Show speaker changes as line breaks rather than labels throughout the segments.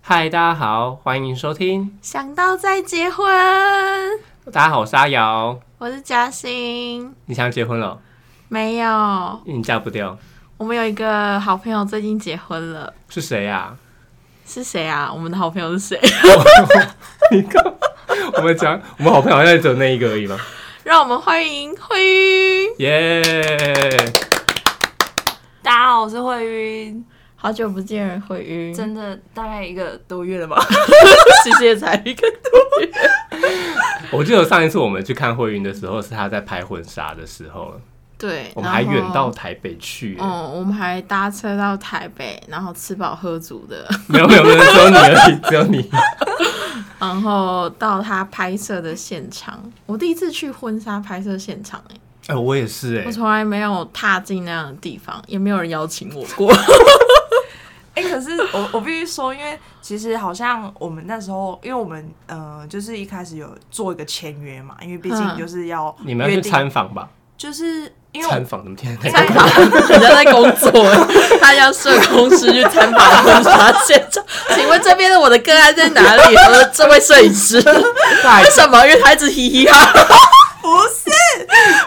嗨，大家好，欢迎收听。
想到再结婚，
大家好，我是阿瑶。
我是嘉欣。
你想结婚了？
没有，
你嫁不掉，
我们有一个好朋友最近结婚了，
是谁啊呀、
是谁啊？我们的好朋友是谁？
我们讲， 我们好朋友好像只有那一个而已嘛。
让我们欢迎慧云。
耶、
大家好，我是慧晕，
好久不见，慧
嗯
云，
真的大概一个多月了吧？
其实也才一个多月。
我记得上一次我们去看慧云的时候，是她在拍婚纱的时候，
对，
我们还
然后
远到。台北去耶。
嗯，我们还搭车到台北，然后吃饱喝足的，
没有没有没有，只有你而已，只有你。
然后到他拍摄的现场。我第一次去婚纱拍摄现场、欸，
哎、我也是哎、
我从来没有踏进那样的地方，也没有人邀请我 过。
哎、可是我我必须说，因为其实好像我们那时候，因为我们呃，就是一开始有做一个签约嘛，因为毕竟
嗯
就是要
你们要
约
去
定，
参访吧？
就是因为
参
我
访怎么听得太
参
高？
访
人家在工作，他要社工师去参访婚纱现 场。请问这边的我的个案在哪里？我说这位摄影 师，为什么？因为他一直嘻嘻哈哈。
不是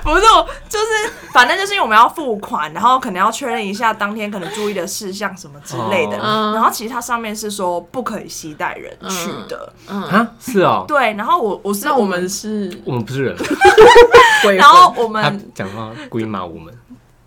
不是我，就是反正就是因为我们要付款，然后可能要确认一下当天可能注意的事项什么之类的。
哦
然后其实它上面是说不可以携带人去的，
啊，是哦，
对。然后我我是
那我们是
我们不是人，
鬼
然后我
他
们
讲话故意骂我们。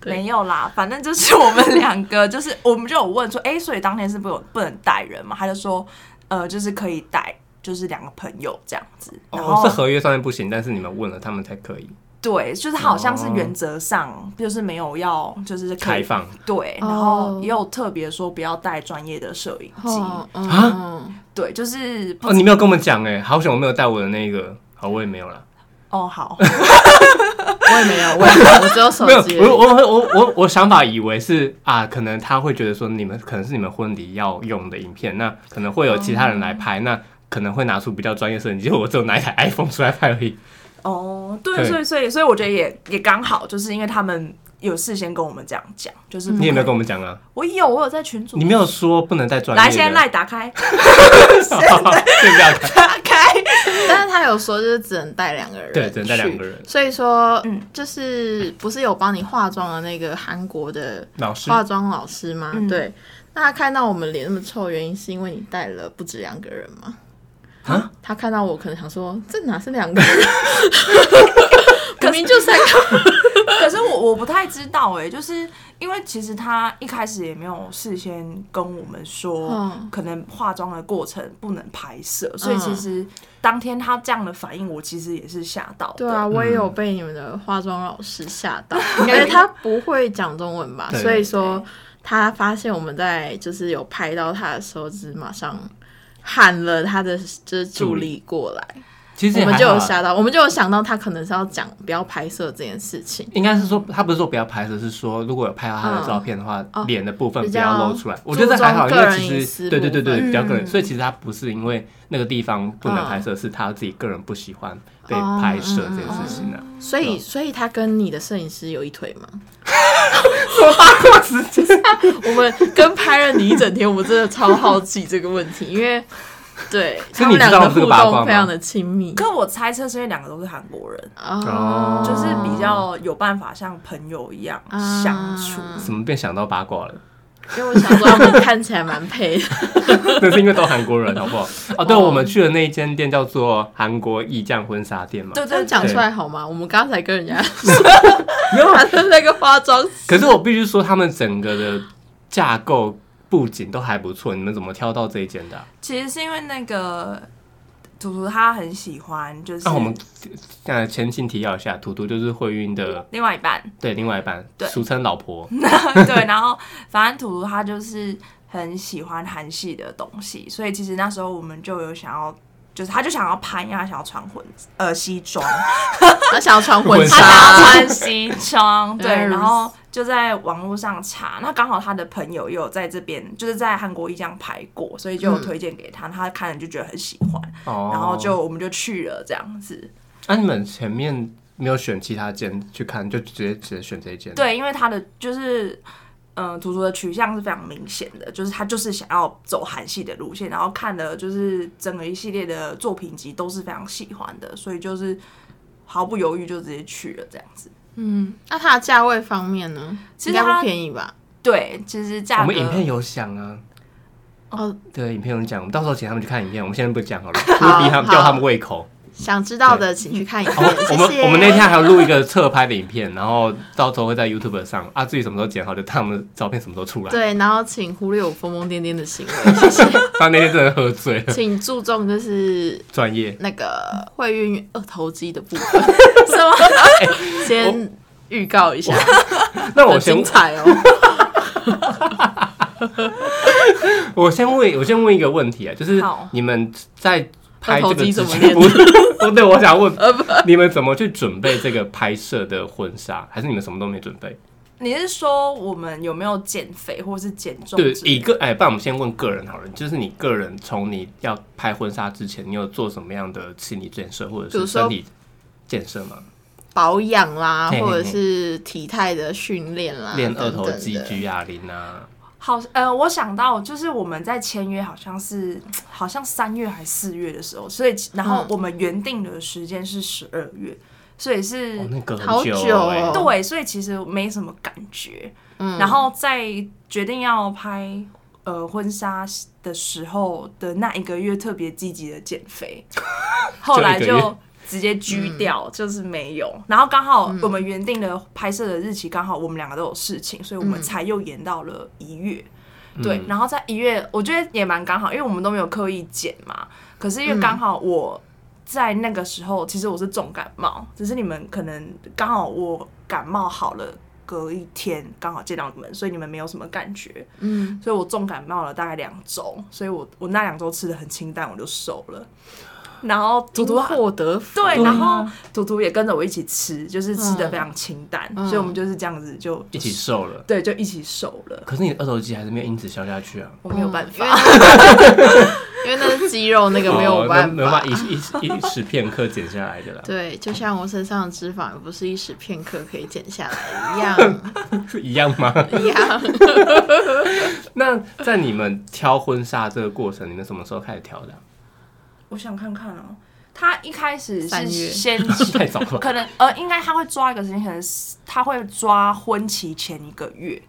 对
没有啦，反正就是我们两个， 就是我们就有问说，哎、所以当天是不有不能带人嘛？他就说，呃，就是可以带，就是两个朋友这样子。然
哦，
后、
是合约上面不行，但是你们问了，他们才可以
对，就是他好像是原则上就是没有要就是可以
开放。
对，然后也有特别说不要带专业的摄影机。
哦
啊
嗯，
对，就是不
哦，你没有跟我们讲哎，好险我没有带我的那个，好我也没有啦，
哦好，
我也没有，我也 没有，我只
哦
有手
没有
机。，
我我我我我我想法以为是啊，可能他会觉得说你们可能是你们婚礼要用的影片，那可能会有其他人来
哦
拍，那可能会拿出比较专业摄影机，我只有拿一台 iPhone 出来拍而已。
哦对，
对
所以所以所以我觉得也也刚好，就是因为他们有事先跟我们这样讲，就是不
你也没有
可
跟
以
我们讲啊，
我有我有在群组
你没有说不能带专业的。
来，现在赖打开
对不要看，
打开。
但是他有说就是只能带两个人，
对只能带两个人
所以说，
嗯
就是不是有帮你化妆的那个韩国的
老师
化妆老师吗？
嗯
对，那他看到我们脸那么臭，原因是因为你带了不止两个人吗？
啊，
他看到我可能想说，这哪是两个人？明明就三个。
可是我我不太知道哎、就是因为其实他一开始也没有事先跟我们说
嗯，
可能化妆的过程不能拍摄，所以
嗯
其实当天他这样的反应，我其实也是吓到的。
对
嗯
啊，我也有被你们的化妆老师吓到，因为他不会讲中文吧，
对
所以说他发现我们在就是有拍到他的时候，就是马上喊了他的就是助理过来，
嗯其实
我
也
们
还
就
好啊
有
啦
吓到，我们就有想到他可能是要讲不要拍摄这件事情。
应该是说，他不是说不要拍摄，是说如果有拍到他的照片的话
嗯哦，
脸、的部分
比
不
较
要露出来。我觉得这还好，因
注重个
为
人
其
隐
实
私
对对对对，
部
分
比较个人，
嗯
所以其实他不是因为那个地方不能拍摄，是他自己个人不喜欢被拍摄这件事情啊。
所以，所以他跟你的摄影师有一 腿吗？
我八卦时间，
啊我们跟拍了你一整天，我真的超好奇这个问题，因为 对
所
他
以你
们
知道
两个
这个
互
八卦吗
动非常的亲密
可我猜测是因为两个都是韩国人，
哦
就是比较有办法像朋友一样
啊
相处。
怎么变想到八卦了？
因为我想说他们看起来蛮配的，
那是因为都韩国人，好不好？哦，对，我们去的那一间店叫做韩国意匠婚纱店嘛。
对
这
对
样
对，
讲出来好吗？我们刚才跟 人家
没有啊
他的那个化妆师，
可是我必须说，他们整个的架构布景都还不错。你们怎么挑到这一间的啊、
其实是因为那个图图他很喜欢，就是
那、我们呃前情提要一下，图图就是慧运的
另外一半。
对另外一半，
对
俗称老 婆。
对，然后反正图图他就是很喜欢韩系的东西，所以其实那时候我们就有想要，就是他就想要拍，因为他想要穿混呃西装，
他想要穿婚
婚
他想要
纱，
穿西装，对，
Yes
然后就在网络上查，那刚好他的朋友也有在这边，就是在韩国一这样拍过，所以就有推荐给他，他看了就觉得很喜欢，
哦
然后就我们就去了这样子。
那、你们前面没有选其他间去看，就直接只接选这一间。，
对，因为他的就是。嗯，图图的取向是非常明显的，就是他就是想要走韩系的路线，然后看的就是整个一系列的作品集都是非常喜欢的，所以就是毫不犹豫就直接去了这样子。
嗯，那它的价位方面呢？
其实
应该
它
不便宜吧？
对，其实价格
我们影片有想啊，
哦，
对，影片有讲，我们到时候请他们去看影片，我们现在不讲好了，
好
不是逼他们
好
吊他们胃 口。
想知道的请去看影
我
片
们。我
谢
们
谢。
我们那天还有录一个侧拍的影片，然后到时候会在 YouTube 上啊，至于什么时候剪好，就看他们照片什么时候出来。
对，然后请忽略我疯疯癫癫的行为，
他那天真的喝醉 了，
请注重就是
专业。
那个会孕二头肌的 部分，
什么？
先预告一下，
那哎我
很
先
精彩哦。
我先问，我先问一个问题啊，就是
好
你们在拍这
二头
个
肌
之
怎么
前，
练呃
不是？不对，我想问，你们怎么去准备这个拍摄的婚纱？还是你们什么都没准备？
你是说我们有没有减肥或是减重之
对
类的？，
以个哎，不然我们先问个人好了，就是你个人从你要拍婚纱之前，你有做什么样的心理建设或
比
者
如
是
说
身体建设吗？
保养啦，
嘿嘿嘿
或者是体态的训练啦，
练二头肌、
等等的
举哑铃啊，
好，呃，我想到就是我们在签约好像是好像三月还四月的时候，所以然后
嗯
我们原定的时间是十二月，所以是、
哦，那个很
嗯好
久
久
哎、
哦
对，所以其实没什么感觉。
嗯
然后在决定要拍呃婚纱的时候的那一个月，特别积极的减肥， 后来
就一个
就
月
直接居掉，就是没有。然后刚好我们原定的拍摄的日期，刚好我们两个都有事情，所以我们才又延到了一月。
嗯
对，然后在一月，我觉得也蛮刚好，因为我们都没有刻意减嘛。可是因为刚好我在那个时候，其实我是重感冒，只是你们可能刚好我感冒好了，隔一天刚好见到你们，所以你们没有什么感觉。
嗯，
所以我重感冒了大概两周，所以我我那两周吃的很清淡，我就瘦了。然后图图
因
啊
祸得 福，
对，
对
然
啊
后图图也跟着我一起吃，就是吃的非常清淡，
嗯
所以我们就是这样子就
一起瘦了。
对，就一起瘦了。
可是你的二头肌还是没有因此消下去啊。
我没有办法，
因为那是肌肉，那个没有
哦
办
没有
法
办。法一一一时片刻减下来的啦，
对，就像我身上的脂肪也不是一时片刻可以减下来 一样，
一样吗？
一样。
那在你们挑婚纱这个过程，你们什么时候开始挑的 啊、
我想看看哦。他一开始
三
是
月
先
太早了吧。
可能呃，应该他会抓一个时间，可能是他会抓婚期前一个月。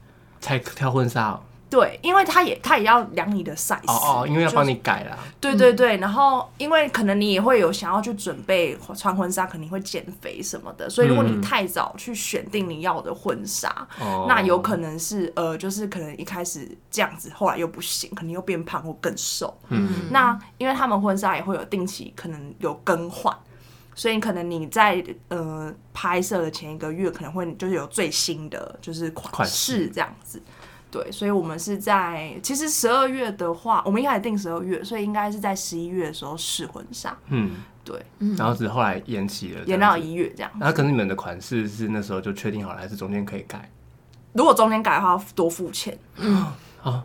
才挑婚纱 哦，
对，因为他也他也要量你的 size
哦哦，因为要
就
帮你改啦。
对对对，然后因为可能你也会有想要去准备穿婚纱，肯定会减肥什么的，所以如果你
嗯
太早去选定你要的婚纱，
哦，
那有可能是呃，就是可能一开始这样子，后来又不行，可能又变胖或更瘦。
嗯，
那因为他们婚纱也会有定期可能有更换，所以可能你在呃拍摄的前一个月可能会就是有最新的就是款
款
式
式
这样子。对，所以我们是在其实十二月的话，我们一开始定十二月，所以应该是在十一月的时候试婚纱，
嗯，
对，
然后只是后来延期了，
延
这样
到
子。
一月这样。
然后可是你们的款式是那时候就确定好了，还是中间可以改？
如果中间改的话，要多付钱。
哦，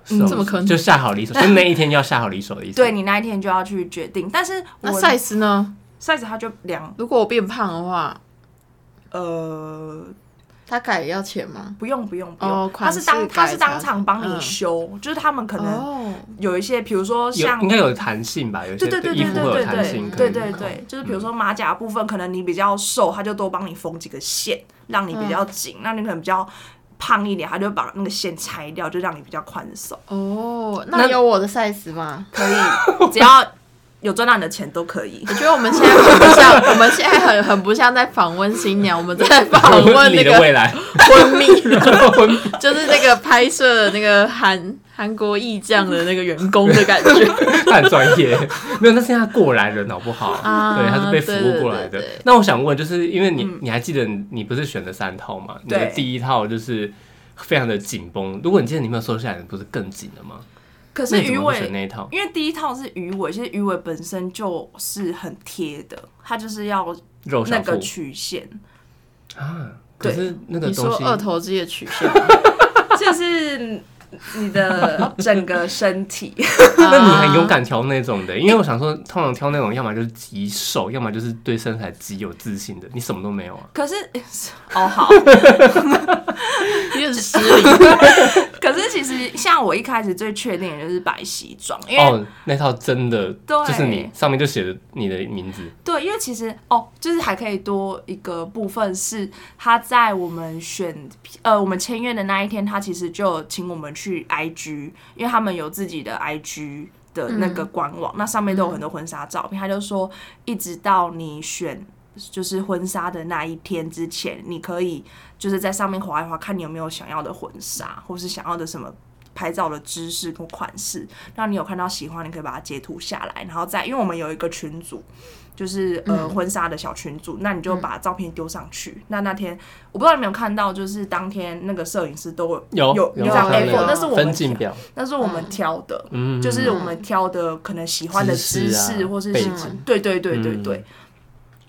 嗯
手
这么可能
就下好离手，就那一天要下好离手的意思。
对，你那一天就要去决定，但是我
那 size 呢？
size 它就量
如果我变胖的话，
呃
它改要钱吗？
不用不用不用，
哦
他
款式
是当他
改
是
才
当
要
场帮你
嗯
修，就是他们可能
哦，
有一些，比如说
有
像
应该有弹性吧？有些
对对对
衣
对
服
对
会有
对
弹性，
对
可以
对对
扣
对，就是比如说马甲部分，可能你比较瘦，他就多帮你缝几个线，让你比较紧；那你可能比较胖一点，他就把那个线拆掉，就让你比较宽 松。
哦，
那
那有我的 size 吗？
可以，只要有赚到你的钱都可以
我。觉得我们现在很不像，我们现在很很不像在访问新娘，我们在访 问
你
那
的
个
未来，
婚蜜，就是那个拍摄的那个韩韩国艺匠的那个员工的感觉。
他很专业，没有，那是他过来人，好不好？
啊
对，他是被服务过来
对对
的
对对。
那我想问，就是因为你，你还记得你不是选了三套吗？你的
嗯对
第一套就是非常的紧绷，如果你记得你没有收下来，你不是更紧了吗？
可是
那你怎
鱼
么会选
尾，
那一套？
因为第一套是鱼尾，其实鱼尾本身就是很贴的，它就是要
肉
那
小
个
腹
曲 线。
啊，可
对
是那个
你
东
说
西
二头肌的曲线，
就是你的整个身体。
那你
啊
很勇敢挑那种的，因为我想说，通常挑那种要么就是极瘦，要么就是对身材极有自信的，你什么都没有啊。
可是，哦好，
有点失 礼。
可是其实像我一开始最确定的就是白西装，因为、
哦，那套真的
对
就是你上面就写着你的名字，
对，因为其实哦，就是还可以多一个部分是他在我们选呃我们签约的那一天，他其实就有请我们去 IG，因为他们有自己的 IG 的那个官网，那上面都有很多婚纱照片。他就说，一直到你选就是婚纱的那一天之前，你可以就是在上面划一划，看你有没有想要的婚纱，或是想要的什么。拍照的姿势跟款式，那你有看到喜欢，你可以把它截图下来，然后再因为我们有一个群组，就是呃婚纱的小群组，那你就把照片丢上去。那那天我不知道你有没有看到，就是当天那个摄影师都有
有
有
有
一张
看那
A4，
个
那是我
分
们
镜
挑
表，
那是我们挑的，
嗯，
就是我们挑的可能喜欢的姿
姿势
势
啊
或是
背
喜欢
景，
对对对对
嗯
对。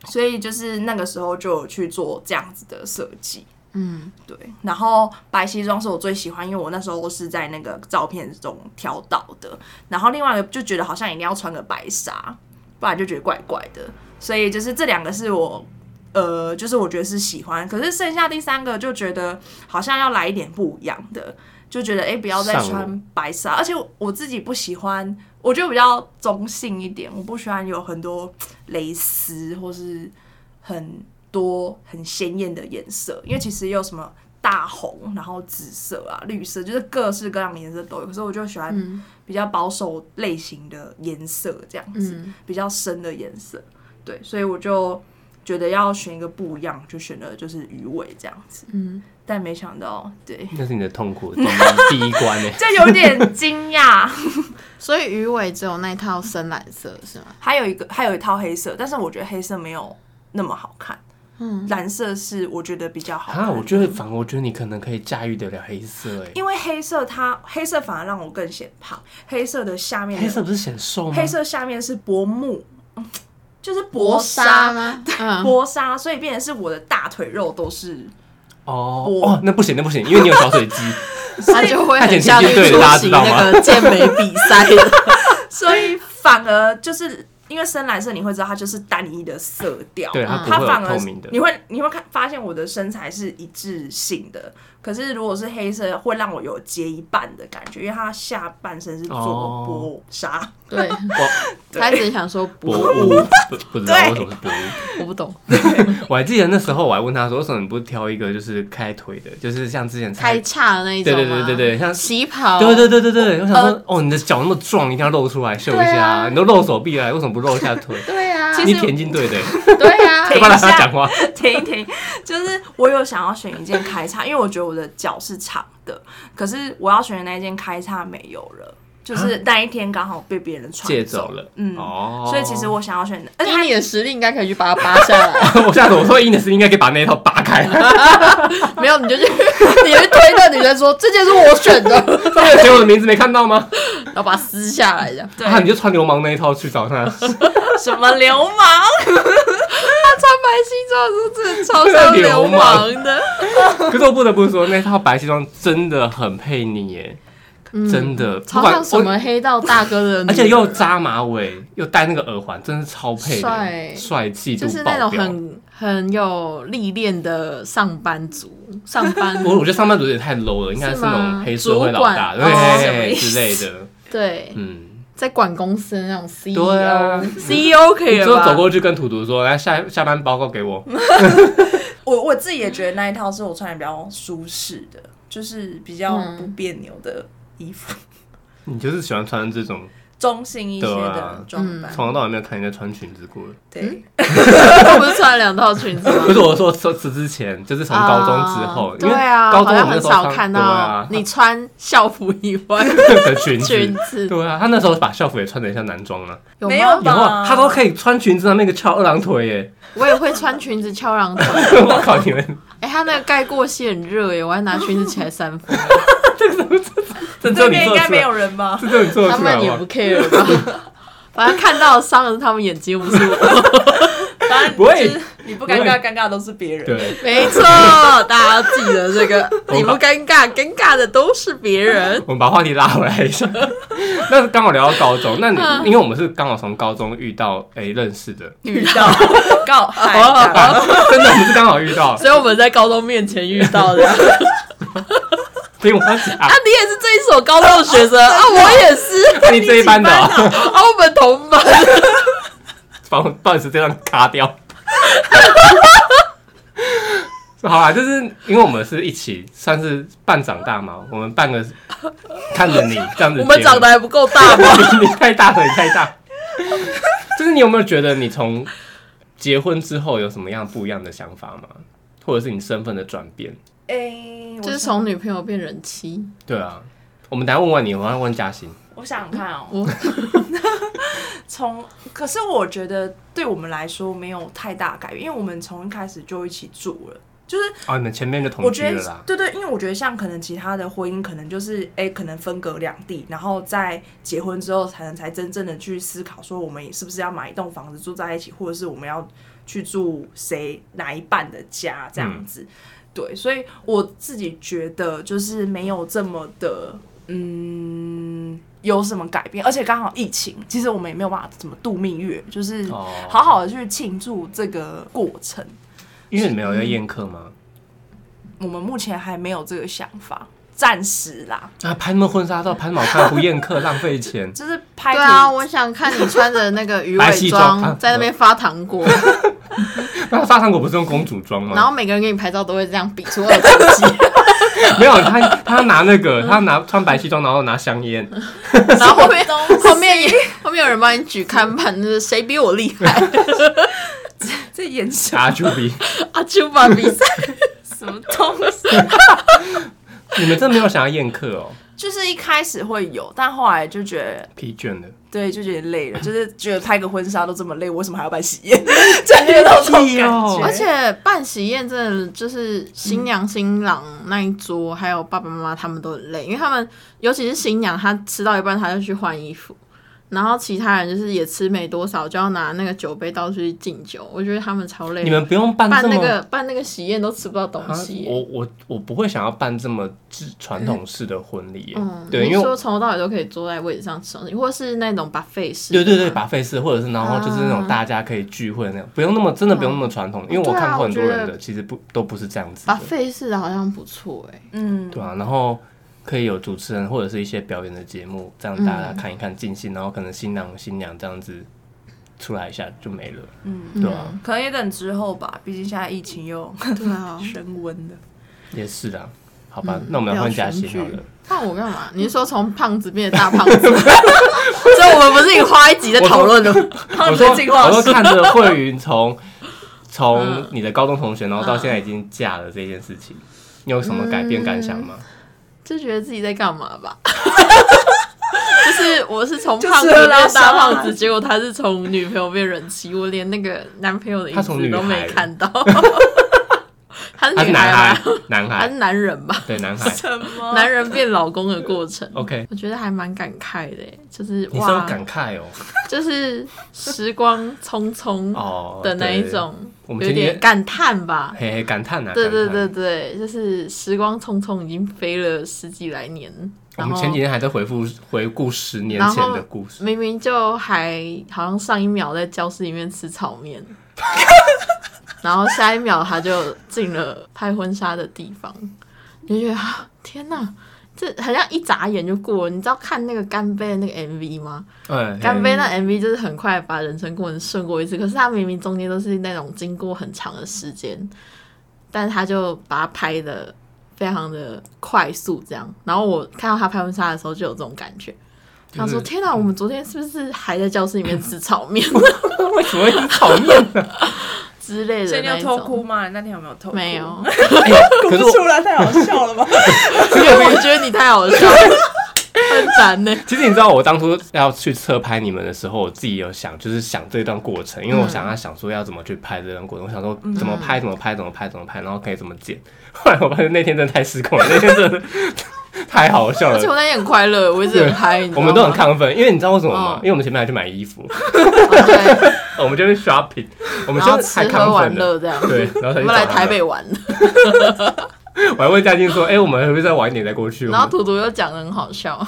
所以就是那个时候就有去做这样子的设计，
嗯，
对，然后白西装是我最喜欢，因为我那时候是在那个照片中挑到的。然后另外一个就觉得好像一定要穿个白纱，不然就觉得怪怪的。所以就是这两个是我，呃，就是我觉得是喜欢。可是剩下第三个就觉得好像要来一点不一样的，就觉得哎、诶不要再
上
穿
路
白纱，而且我自己不喜欢，我就比较中性一点，我不喜欢有很多蕾丝或是很多很鲜艳的颜色，因为其实有什么大红，然后紫色啊、绿色，就是各式各样的颜色都有。可是我就喜欢比较保守类型的颜色，这样子、
嗯
比较深的颜色。对，所以我就觉得要选一个不一样，就选了就是鱼尾这样子。
嗯，
但没想到，对，
那是你的痛苦，懂吗第一关欸呢、
就有点惊讶。
所以鱼尾只有那一套深蓝色是吗？
还有一个，还有一套黑色，但是我觉得黑色没有那么好看。
嗯，
蓝色是我觉得比较好看。
啊，我觉得反而我觉得你可能可以驾驭得了黑色哎、
因为黑色它黑色反而让我更显胖，黑色的下面的
黑色不是显瘦吗？
黑色下面是薄木，就是薄
薄纱
纱
吗？嗯，
薄纱，所以变成是我的大腿肉都是，
哦
我
哦，那不行那不行，因为你有小水肌，
他就会
他剪
很
辑
像
就
去
对了
出
大家知
席
道吗
那个健美比赛的。
所以反而就是因为深蓝色你会知道它就是单一的色调，
对，它
嗯
不
它
会
反
有
而
透
是
明的
你。会你会看发现我的身材是一致性的，可是如果是黑色会让我有截一半的感觉，因为它下半身是做
哦
薄纱，
对，
对
他一直想说不
薄，雾不不知道为什么是薄雾。
我 不懂。
我还记得那时候我还问他说，为什么你不挑一个就是开腿的，就是像之前
开叉的那一
对
种
对对
吗
对对，像
旗袍，
对对对对
呃
对，我想说，哦，你的脚那么壮，一定要露出来秀一
对
下
啊
啊，你都露手臂了，为什么不露一下腿？
对啊，
其实
你田径 队的，
对啊，
要不然 他讲话，
停一停，就是我有想要选一件开叉，因为我觉得我的脚是长的，可是我要选的那一件开叉没有了，就是那一天刚好被别人 穿
借
啊走
走了，
嗯
哦，
所以其实我想要 选的，哎而且
以
它
你的实力应该可以去把它扒下 来，
我下次我说 Ines 应该可以把那一套扒 开，
没有你就去， 你就去推那女生说这件是我选的，
他有写我的名字没看到吗？
然后把它撕下来这样。
对、
啊，你就穿流氓那一套去找 他，
什么流氓，
他穿白西装的时候真的超像流氓的，
可是我不得不说，那套白西装真的很配你耶，真的，不
嗯超
管
像什么黑道大哥的女儿，
而且又扎马尾，又戴那个耳环，真是超配
帅
的，帅气度
就是那
爆
种
表。
很很有历练的上班族，上 班
我我觉得上班族有点太 low 了，应该
是
是
吗
那种黑社会老大
主管哦
对
什
之类的，
对，
嗯，
在管公司的那种 E CEO，
对啊。
CEO 可以
你
了
就
吧？
走过去跟图图说，来下下班报告给我。
我我自己也觉得那一套是我穿的比较舒适的，就是比较
嗯
不别扭的衣服，
你就是喜欢穿这种，
中性一些
对
的
啊
装扮，
从头嗯到尾没有看人家穿裙子过。
对，
他不是穿了两套裙子吗
不？是我说说辞之前，就是从高中之后，因
对
为
啊，
高中
好
我
像
们
很
那时候
少
穿
看
对
到
啊
你穿校服以外
的裙
裙
子。
子，
对啊，他那时候把校服也穿的像男装了，
有
没有
吗？
有啊，
哇
他都可以穿裙子，那个翘二郎腿耶！
我也会穿裙子翘郎腿，
我靠，你们
哎，他那个盖过膝很热耶，我还拿裙子起来扇风，
这只有
这
你
边应
做得
该
出
没
来，
有 人吧？
这只有你做得啊
他
出来
们也
吗
不？care 吧。反正看到伤的是他们眼睛，又不是我。
反正
不会
就是，你不尴尬，尴尬都是别人。
对，
没错， 大家要记得这个，你不尴尬，尴尬的都是别人。
我们把话题拉回来一下。 那刚好聊到高中，那你因为我们是刚好从高中遇到诶、认识的，
遇到，
告
哦
嗨，
真的我们是刚好遇到，
所以我们在高中面前遇 到的。啊，
所以我要讲，
你也是这一所高中的学生啊，我也是，
那你 这一班的、
你
啊，
啊，我们同班。
把 我不好意思这段卡掉。 好啦，就是因为我们是一起算是半长大嘛，我们半个看着你这样子，
我们长得还不够大 吗？
你太大了，你太大。就是你有没有觉得你从结婚之后有什么样不一样的想法吗？或者是你身份的转变？
哎，
就是
我
从女朋友变人妻，
对啊，我们等一下问问你，我要问嘉欣。
我想想看哦，
我
从可是我觉得对我们来说没有太大改变，因为我们从一开始就一起住了，就是
哦，你们前面就同
我
居
觉
了
得
啦。
对对，因为我觉得像可能其他的婚姻，可能就是哎、诶可能分隔两地，然后在结婚之后才能才真正的去思考说，我们是不是要买一栋房子住在一起，或者是我们要去住谁哪一半的家这
嗯
样子。对，所以我自己觉得就是没有这么的，嗯，有什么改变，而且刚好疫情，其实我们也没有办法怎么度蜜月，就是
哦
好好的去庆祝这个过程。
因为你们有在宴客吗？
我们目前还没有这个想法，暂时啦，
啊，拍那么婚纱照，拍那么好看，不宴客浪费钱。
就是拍
对
图
啊，我想看你穿着那个 鱼
白
尾
西装啊
装在那边发糖果，
那砂糖果不是用公主装
然
吗？
后每个人给你拍照都会这样比出二头肌，
没有，他他拿那个，他拿穿白西装，然后拿香烟。
然后后面后面也后面有人帮你举看板，就是谁比我厉害
这眼神
啊，就比
啊，就把比赛。
什么东 西？
你们真的没有想要宴客哦，
就是一开始会有，但后来就觉得，
疲倦了。
对，就觉得 累了，就是觉得拍个婚纱都这么累，为什么还要办喜宴？ 就觉得有这种
屁哦
感
而
觉。
且办喜宴真的就是新娘新郎那一桌，还有爸爸妈妈他们都很累，因为他们尤其是新娘，她吃到一半她就去换衣服，然后其他人就是也吃没多少，就要拿那个酒杯到处去敬酒，我觉得他们超累。
你们不用办
办
这
那
么
个办那个喜宴都吃不到东
啊
西耶、
我我我不会想要办这么制传统式的婚礼耶、
嗯，
对，
你
因为
说
我
从头到尾都可以坐在位置上吃东西，或是那种 buffet 式的
对
吗。
对对，把费事或者是然后就是那种大家可以聚会那样，不用那么真的不用那么传统，因为我
对啊
看过很多
我觉
人
得
的其实不都不是这样子的，
buffet 式的好像不错 哎、
嗯，
对啊，然后可以有主持人或者是一些表演的节目，这样大家
嗯
看一看尽兴，然后可能新郎新娘这样子出来一下就没了，嗯，对啊，
可能也等之后吧，毕竟现在疫情又
对啊，
升温 了。
也是啊，好吧，
嗯
那我们来换嘉欣好了。
看我干嘛？你是说从胖子变得大胖子？所以我们不是已经花一集在 讨论了吗？
我
胖
说
子进化
我
史
说看着慧云 从
嗯
从你的高中同学，然后到现在已经嫁了这件事情，你有什么改
嗯
变感想吗？
就觉得自己在干 嘛吧。就是我是从
就
胖子
吃喝拉
变
撒
大胖子，结果他是从女朋友变人妻，我连那个男朋友的
他
影
从女
子都没
孩
看到。他是
他是
女
男
孩啊
孩哦
吗？，
男
他
孩
是，男人吧？
对 男孩。
什么
男人变老公的过程，
OK，
我觉得还蛮感慨的耶，就是
哦你是有
哇，
感慨哦，
就是时光匆匆
哦
的那一，种，
我们
有
今天
点感叹吧
对。嘿嘿，感叹啊！
对对
感
对
叹，
对，就是时光匆匆，已经飞了十几来年。
我
然
们
后
前几天还在回复回顾十年前的故事，
明明就还好像上一秒在教室里面吃炒面，然后下一秒他就进了拍婚纱的地方，你就觉得啊，天哪！这很像一眨眼就过了，你知道看那个干杯的那个 MV 吗？
嗯，
干杯
嘿
那 MV 就是很快把人生过程顺过一次，可是他明明中间都是那种经过很长的时间，但他就把它拍的非常的快速，这样。然后我看到他拍婚纱的时候就有这种感觉，
就是
他说：“天
嗯
哪，我们昨天是不是还在教室里面吃炒 面
为什么会是炒面呢？
之类
所
的
以你
那
有
一
偷
种
哭吗？那天有没有偷？”哭？
没有，
哎
哭
可是
不
我
出来，太好笑了吧？
因为 我觉得你太好笑了， 很烦呢、
其实你知道，我当初要去侧拍你们的时候，我自己有想，就是想这段过程，因
嗯
为我想要想说要怎么去拍这段过程，我想说怎 么拍，怎么拍，怎么拍，怎么拍，然后可以怎么剪。后来我发现那天真的太失控了，那天真的太好笑
而且
了。
我那天很快乐，我一直很嗨，你知
我
道吗
们都很亢奋，因为你知道为什么吗？
哦
因为我们前面还去买衣服，哦
对，
我们就是 shopping，我们
然
现
后
在
吃
太
喝
亢
玩
奋了。
乐这样。
对，然后才
我
去
们来
找他
台北玩，
我还问嘉靖说：“哎、我们会不会再晚一点再过去？”
然后
我们
图图又讲的很好 笑，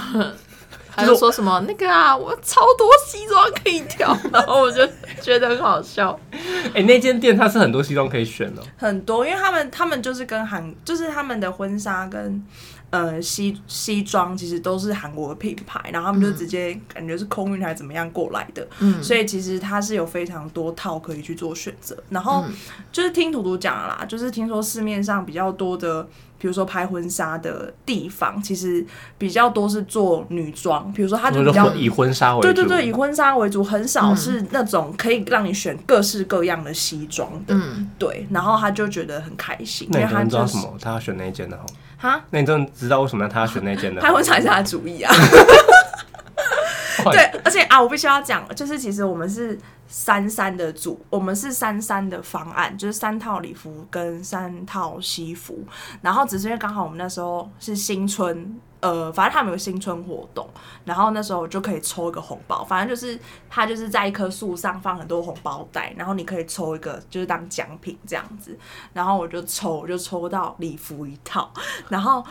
他就说什么那个啊，我超多西装可以挑，然后我就觉得很好笑。
哎、那间店它是很多西装可以选的、
很多，因为他们他们就是跟韩，就是他们的婚纱跟呃西西装其实都是韩国的品牌，然后他们就直接感觉是空运还是怎么样过来的，
嗯
所以其实它是有非常多套可以去做选择。然后就是听图图讲了啦，就是听说市面上比较多的。比如说拍婚纱的地方，其实比较多是做女装，比如说它啊 就
我
比
们
较
就以婚纱为主。
对对对，以婚纱为主，很少
嗯
是那种可以让你选各式各样的西装的。
嗯，
对，然后他就觉得很开心，因
那
为
你
他
真的知
就
道
是
什么？他要选那一间的哈？
哈，
那你真的知道为什么他要选那间的？
拍婚纱也 是他的主意啊。
哇
对，，而且啊，我必须要讲，就是其实我们是三三的组，我们是三三的方案，就是三套礼服跟三套西服，然后只是因为刚好我们那时候是新春。呃，反正他们有个新春活动，然后那时候就可以抽一个红包，反正就是他就是在一棵树上放很多红包袋，然后你可以抽一个，就是当奖品这样子。然后我就抽，我就抽到礼服一套，然后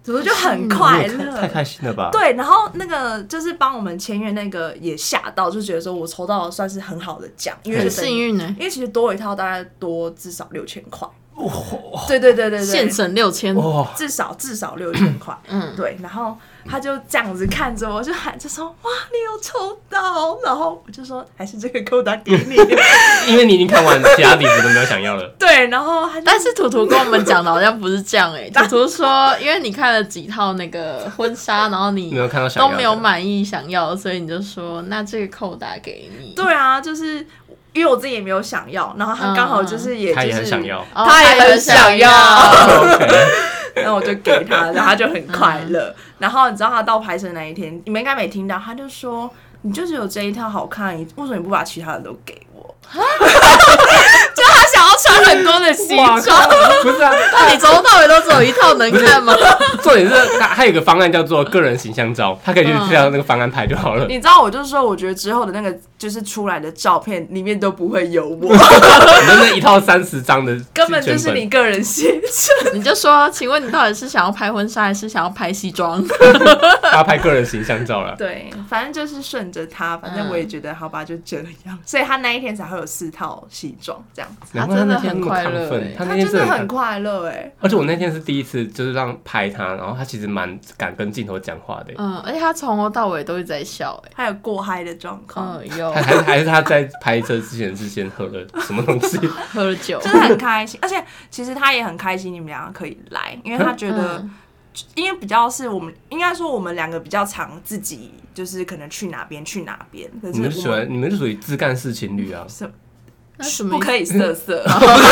怎么就很快
你也
乐，
嗯太太开心了吧？
对，然后那个就是帮我们签约那个也吓到，就觉得说我抽到了算是很好的奖，因为
很
就等于
幸，运呢，
因为其实多一套大概多至少六千块。对对对对对，
现省六千，
哇，
至少至少六千块。
嗯
对，然后他就这样子看着我，就喊着说：“哇，你有抽到！”然后我就说：“还是这个扣打给 你。
因为你已经看完其他礼服都没有想要了”，
对，然后他就
但是图图跟我们讲的好像不是这样哎、 欸，图图说，因为你看了几套那个婚纱，然后你
没有看到想
都
要的
没有满意想要，所以你就说那这个扣打给你。
对啊，就是因为我自己也没有想要，然后他刚
嗯
好就是 也、就是
他也很想 要。
哦，
他也
也
很想要
OK，
然后我就给他，然后他就很快乐。然后你知道他到拍摄那一天，你们应该没听到，他就说：“你就是有这一套好看，你为什么你不把其他的都给我？” 就他想要穿很多的 西
哇
装，
靠，不是啊，
那你从头到尾都只有一 套能看吗？
重点是他还有一个方案叫做个人形象照，他可以去这样那个方案拍就好了。
嗯你知道，我就是说，我觉得之后的那个就是出来的照片里面都不会有 我，
你的那一套三十张的
根本就
卷
是
本
你个人写 真。
你就说，请问你到底是想要拍婚纱还是想要拍 西装？
他要拍个人形象 照了。
对，反正就是顺着他，反正我也觉得好吧，就这样。所以他那一天才会有四套西装这样子，
难怪他那天那么
他
亢
真的很快乐
奋，
欸
他
他
那天
真
真的
的
很
很快乐哎、
而且我那天是第一次，就是让拍他，然后他其实蛮敢跟镜头讲话的，
嗯，而且他从头到尾都一直在笑、欸，
还有过嗨的状况。
嗯，有
他还是还是他在拍摄之前是先喝了什么东西，
喝了酒，
真的很开心，而 且其实他也很开心你们两个可以来，因为他觉 得，
嗯
因为比较是我们应该说我们两个比较常自己就是可能去哪边去哪边，可
你
是
们就喜
我
欢
们
你们是属于自干式情侣啊，
是
那什么
不
意思？
可以色色，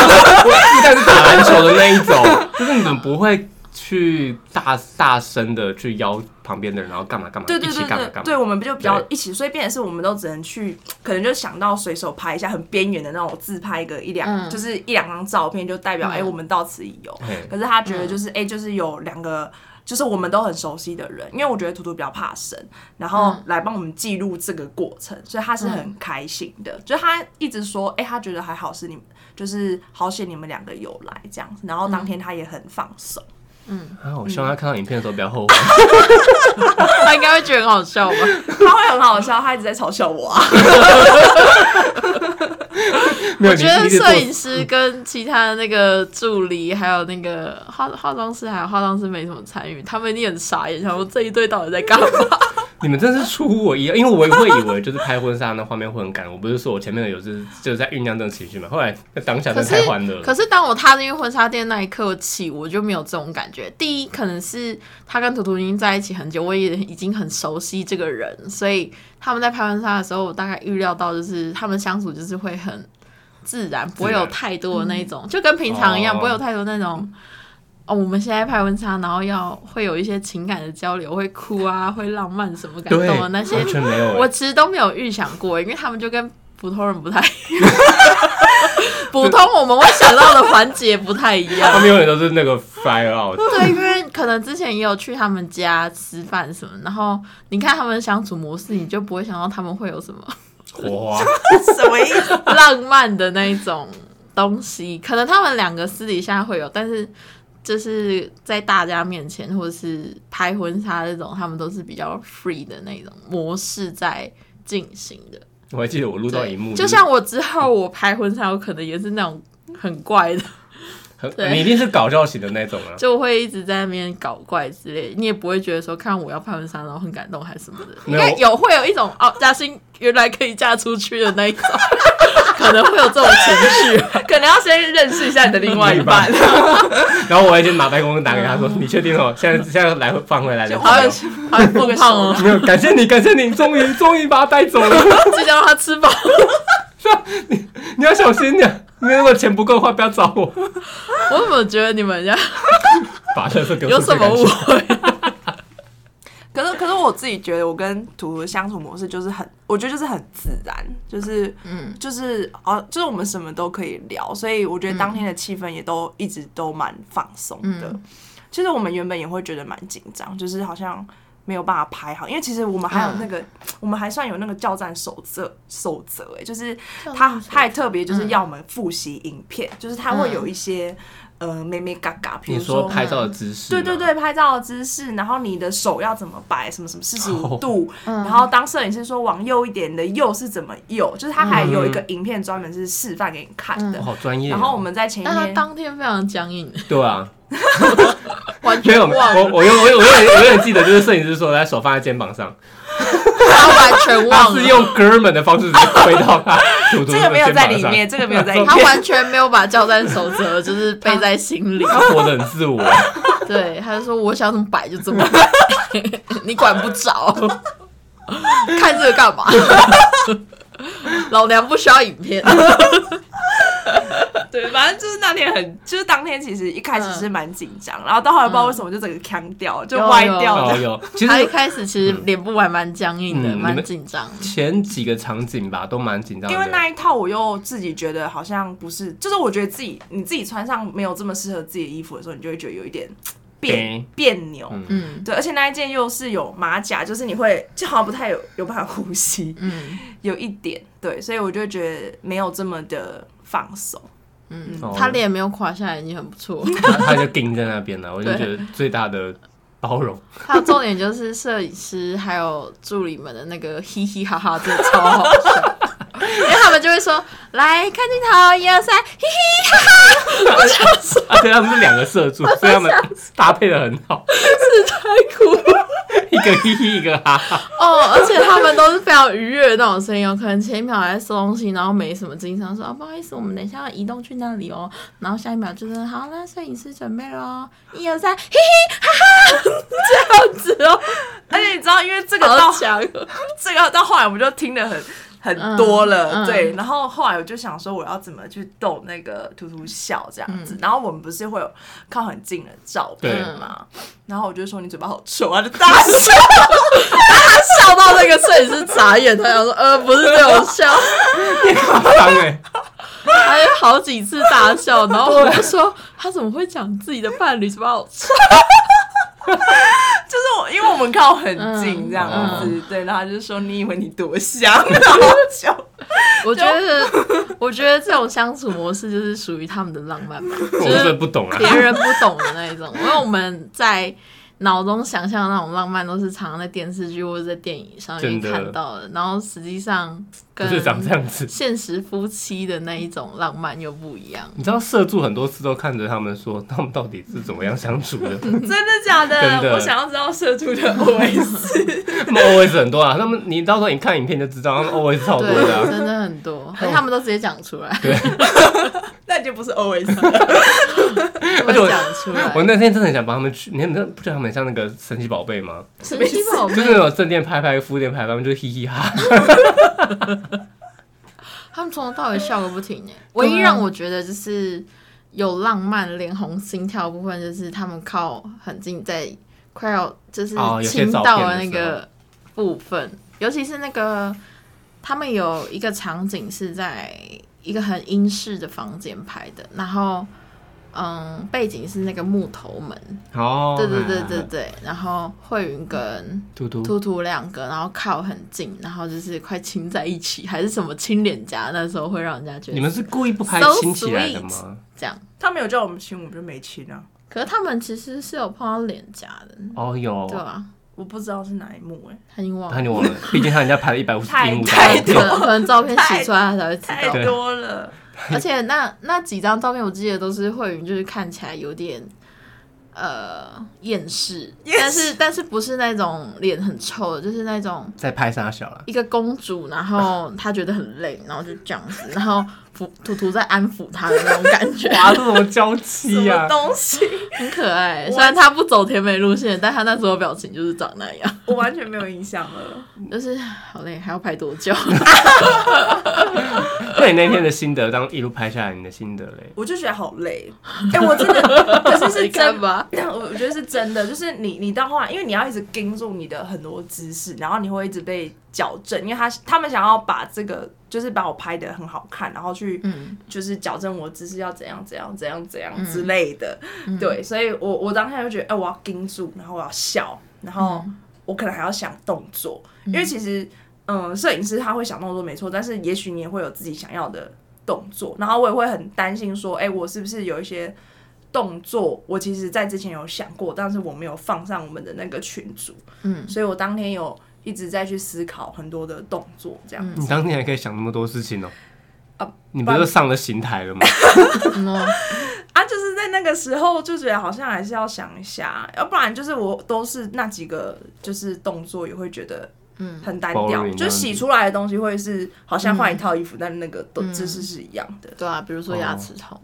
自干是打篮球的那一种，就是你们不会去大大声的去邀旁边的人，然后干嘛干嘛，
对
一
对
起
对
干嘛
对，
干
对
嘛。
我们就比较
对
一起，所以变成是我们都只能去，可能就想到随手拍一下很边缘的那种自拍个一两，
嗯
就是一两张照片，就代表哎、我们到此一游。
嘿
可是他觉得
嗯
就是哎、就是有两个。就是我们都很熟悉的人，因为我觉得图图比较怕生，然后
嗯
来帮我们记录这个过程，所以他是很开心的。就是他一直说，哎、他觉得还好是你们，就是好险你们两个有来这样子。然后
嗯
当天他也很放松，
啊，我希望他看到影片的时候不要后悔。
他应该会觉得很好笑吧？
他会很好笑，他一直在嘲笑我啊。
没有，
我
你
觉得
你是做
摄影师跟其他的那个助理，还有那个化化妆师，还有化妆师没什么参与，他们一定很傻眼，想说这一对到底在干嘛？
你们真是出乎我意料，因为我也会以为就是拍婚纱那画面会很感，我不是说我前面有就是就是在酝酿这种情绪嘛，后来那当下真
可
的
是
太欢乐，了，
可是当我踏进婚纱店那一刻起，我就没有这种感觉。第一，可能是他跟图图已经在一起很久，我也已经很熟悉这个人，所以他们在拍婚纱的时候，我大概预料到就是他们相处就是会很自然，不会有太多的那种，就跟平常一样，
哦
不会有太多那种。哦，我们现在拍婚纱，然后要会有一些情感的交流，会哭啊，会浪漫什么感
对，
动的啊那些
完，全没有欸，
我其实都没有预想过，因为他们就跟普通人不太一样，普通我们会想到的环节不太一样。
他们永远都是那个 fire out，
对，因为们可能之前也有去他们家吃饭什么，然后你看他们的相处模式，你就不会想到他们会有什么
火花，
什么意思？
浪漫的那一种东西。可能他们两个私底下会有，但是就是在大家面前或者是拍婚纱这种，他们都是比较 free 的那种模式在进行的。
我还记得我录到一幕，
对就像我之后我拍婚纱，我可能也是那种很怪的，
很
对
你一定是搞笑型的那种啊，
就会一直在那边搞怪之类，你也不会觉得说看我要拍婚纱然后很感动还是什么的，应
没有
该有会有一种哦，嘉欣原来可以嫁出去的那一种， 可能会有这种情绪。
可能要先认识一下你的另外一半。
然后我已经拿白公打给他说，你确定哦？现在现在来放回来了，
嗯好有好有凤胖哦，
没有，感谢你，感谢你，终于终于把他带走了。
就让他吃饱。
你要小心点，你如果钱不够的话，不要找我。
我怎么觉得你们家
把垃圾丢
有
出去
什
的感
么
觉
误 会？
可是，可是我自己觉得，我跟图图的相处模式就是很，我觉得就是很自然，就是
嗯，
就是哦，就是我们什么都可以聊，所以我觉得当天的气氛也都一直都蛮放松的。其实我们原本也会觉得蛮紧张，就是好像没有办法拍好，因为其实我们还有那个，我们还算有那个教战守则守则，哎，就是
嗯
他他还特别就是要我们复习影片，就是他会有一些、呃咩咩嘎嘎，比
你
如
说拍照的姿势，
对对，对，拍照的姿势，然后你的手要怎么摆，什么什么四十五
哦
度，
嗯
然后当摄影师说往右一点你的右是怎么右，就是他还有一个影片专门是示范给你看的。
我好专业哦。
然后我们在前一
但他
天，
当天非常僵硬，
对啊，
完
没
全
有，我
忘
我
了，
我有我有我有我有点记得，就是摄影师说他手放在肩膀上，
他完全
他
忘
是
了。
用哥们的方式直接推到他图图
这
的
个没有
肩
在
膀
里
上。
面，这个没有在里
他
面。
完全没有把教战守则就是背在心 里，
他活得很自我，哦
对，他就说我想怎么摆就怎么摆， 你管不 着，看这个干嘛？ 老娘不需要影片，
对，反正就是那天很，就是当天其实一开始是蛮紧张，然后到后来不知道为什么就整个腔掉，就
嗯有
歪掉
哦
了。
有，其
他一
实
开始其实脸部还蛮僵硬的，
嗯你
蛮
们
紧张。
前几个场景吧都蛮紧张的，
因为那一套我又自己觉得好像不是，就是我觉得自己你自己穿上没有这么适合自己的衣服的时候，你就会觉得有一点别
对
别扭。
嗯
嗯
对，而且那一件又是有马甲，就是你会就好像不太有有办法呼吸，
嗯，
有一点对，所以我就觉得没有这么的放松。
哦
他脸没有垮下来已经很不 错。
他他就盯在那边了，我就
对
觉得最大的包容。
还有重点就是摄影师还有助理们的那个嘻嘻哈哈，真的超好 笑。因为他们就会说：“来看镜头，一二三，嘿
而且他们是两个社畜，所以他们搭配的很好，
太酷了
一个嘻嘻，一个哈哈。
哦！”而且他们都是非常愉悦的那种声音哦，可能前一秒还在收东西，然后没什么精神，说：“啊，不好意思，我们等一下要移动去那里哦。”然后下一秒就是：“好，那摄影师准备喽，一二三，嘿嘿，哈哈，
而且你知道，因为这
这
个
样子哦，
到
好强哦！
这个到后来我们就听得很很多了，
嗯嗯
对。然后后来我就想说，我要怎么去逗那个图图笑这样
嗯
子。然后我们不是会有靠很近的照片
对
嘛？
嗯
然后我就说你嘴巴好臭啊，就大笑。
他笑到那个摄影师眨眼，他想说：“呃，不是这种笑。”
当哎，
还有好几次大笑，然后我就说他怎么会讲自己的伴侣什么好吃？
就是我，因为我们靠很近
嗯
这样子，
嗯
对，然后他就说你以为你多香， 然后就
我觉得，我觉得这种相处模式就是属于他们的浪漫吧，
我
就
真的
是
不懂啊。
别人不懂的那一种，因为我们在。脑中想象的那种浪漫，都是常常在电视剧或者在电影上面
真的
看到的，然后实际上
不
跟
是长这样子。
现实夫妻的那一种浪漫又不一样。
你知道社畜很多次都看着他们说，他们到底是怎么样相处的？
真的假的？
真的
我想要知道社畜的 OS。
他们 always 很多啊，他们你到时候你看影片就知道，他们 always 超多
对
的，啊。
真的很多，而且他们都直接讲出来，
那你就不是 OS 了。
他
而
们
且我
讲出来。
我那天真的很想帮他们去，你们不觉得他们很像那个神奇宝贝吗？
神奇宝贝
就是那种正店拍拍，副店拍拍，他们就嘻嘻哈哈。
他们从头到尾笑个不停
啊
耶。唯一让我觉得就是有浪漫、脸红、心跳的部分，就是他们靠很近，在快要就是
哦有些
亲
照
到
片
了
的
那
时
个部分，尤其是那个他们有一个场景是在一个很英式的房间拍的，然后。嗯，背景是那个木头门，
哦，
对对对对
哎，
对，然后慧云跟
嘟嘟，
图图两个，然后靠很近，然后就是快亲在一起，还是什么亲脸颊，那时候会让人家觉
你
得
们是故意不拍
So
亲起来的吗？
这样。
他没有叫我们亲，我们就没亲啊。
可是他们其实是有碰到脸颊的，
哦，有
对，吧？
我不知道是哪一幕哎、
他已经忘
那
了，
你忘了，毕竟他人家拍了一百五十
太
英亩
太
照
可
多
片，
能可能照片洗出来他才会知道。
太多了。
而且那那几张照片，我记得都是慧云，就是看起来有点呃厌世，但是但是不是那种脸很臭的，就是那种
在拍啥小了？
一个公主，然后她觉得很累，然后就这样子，然后图图图在安抚她的那种感 觉，
哇，这种娇啊
什
妻
么
呀！
东西？
很可爱。虽然她不走甜美路线，但她那时候表情就是长那样，
我完全没有印象了。
就是好累，还要拍多 久？
那你那天的心得，当一路拍下来，你的心得嘞？
我就觉得好累，哎、我真的，可是是
你干
真
嘛？
我我觉得是真的，就是你你到后来，因为你要一直盯住你的很多姿势，然后你会一直被矫正，因为他他们想要把这个就是把我拍的很好看，然后去
嗯
就是矫正我姿势要怎样怎样怎样怎样之类的，对，所以我我当下就觉得，哎、我要盯住，然后我要笑，然后我可能还要想动作，因为其实嗯，摄影师他会想动作没错，但是也许你也会有自己想要的动作，然后我也会很担心说，哎、我是不是有一些动作，我其实在之前有想过，但是我没有放上我们的那个群组，
嗯，
所以我当天有一直在去思考很多的动作，这样子。
你当天还可以想那么多事情哦
啊。
你不是上了刑台了吗？
嗯哦
啊，就是在那个时候就觉得好像还是要想一下，要不然就是我都是那几个就是动作也会觉得。嗯，很单调，
Boring
就是洗出来的东西会是好像换一套衣服，但那个的姿势是一样的。
对啊，比如说牙齿痛。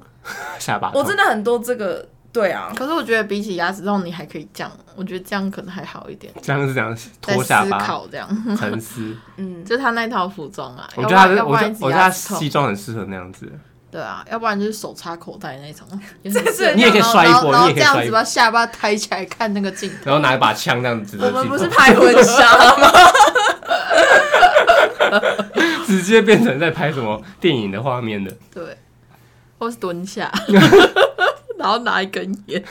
下巴痛。
我真的很多这个，对啊，
可是我觉得比起牙齿痛，你还可以这样，我觉得这样可能还好一点。
这样是这样
在
脱
思
下巴
考这样，
沉 思。
嗯，
就他那套服装啊，
我觉得他的，
要不
我觉
然
得
要
我觉
不
得他
然一直牙齿
西
痛，
装很适合那样子。
对啊，要不然就是手插口袋那 种，
是
你也可以摔一波
然后然后
你也可以
然后这
摔
样
一
子
波
把下巴抬起来看那个镜头，
然后拿一把枪这样子指着
我
镜头，
们不是拍婚纱吗？
直接变成在拍什么电影的画面的。
对，或是 蹲下， 然后拿一根烟，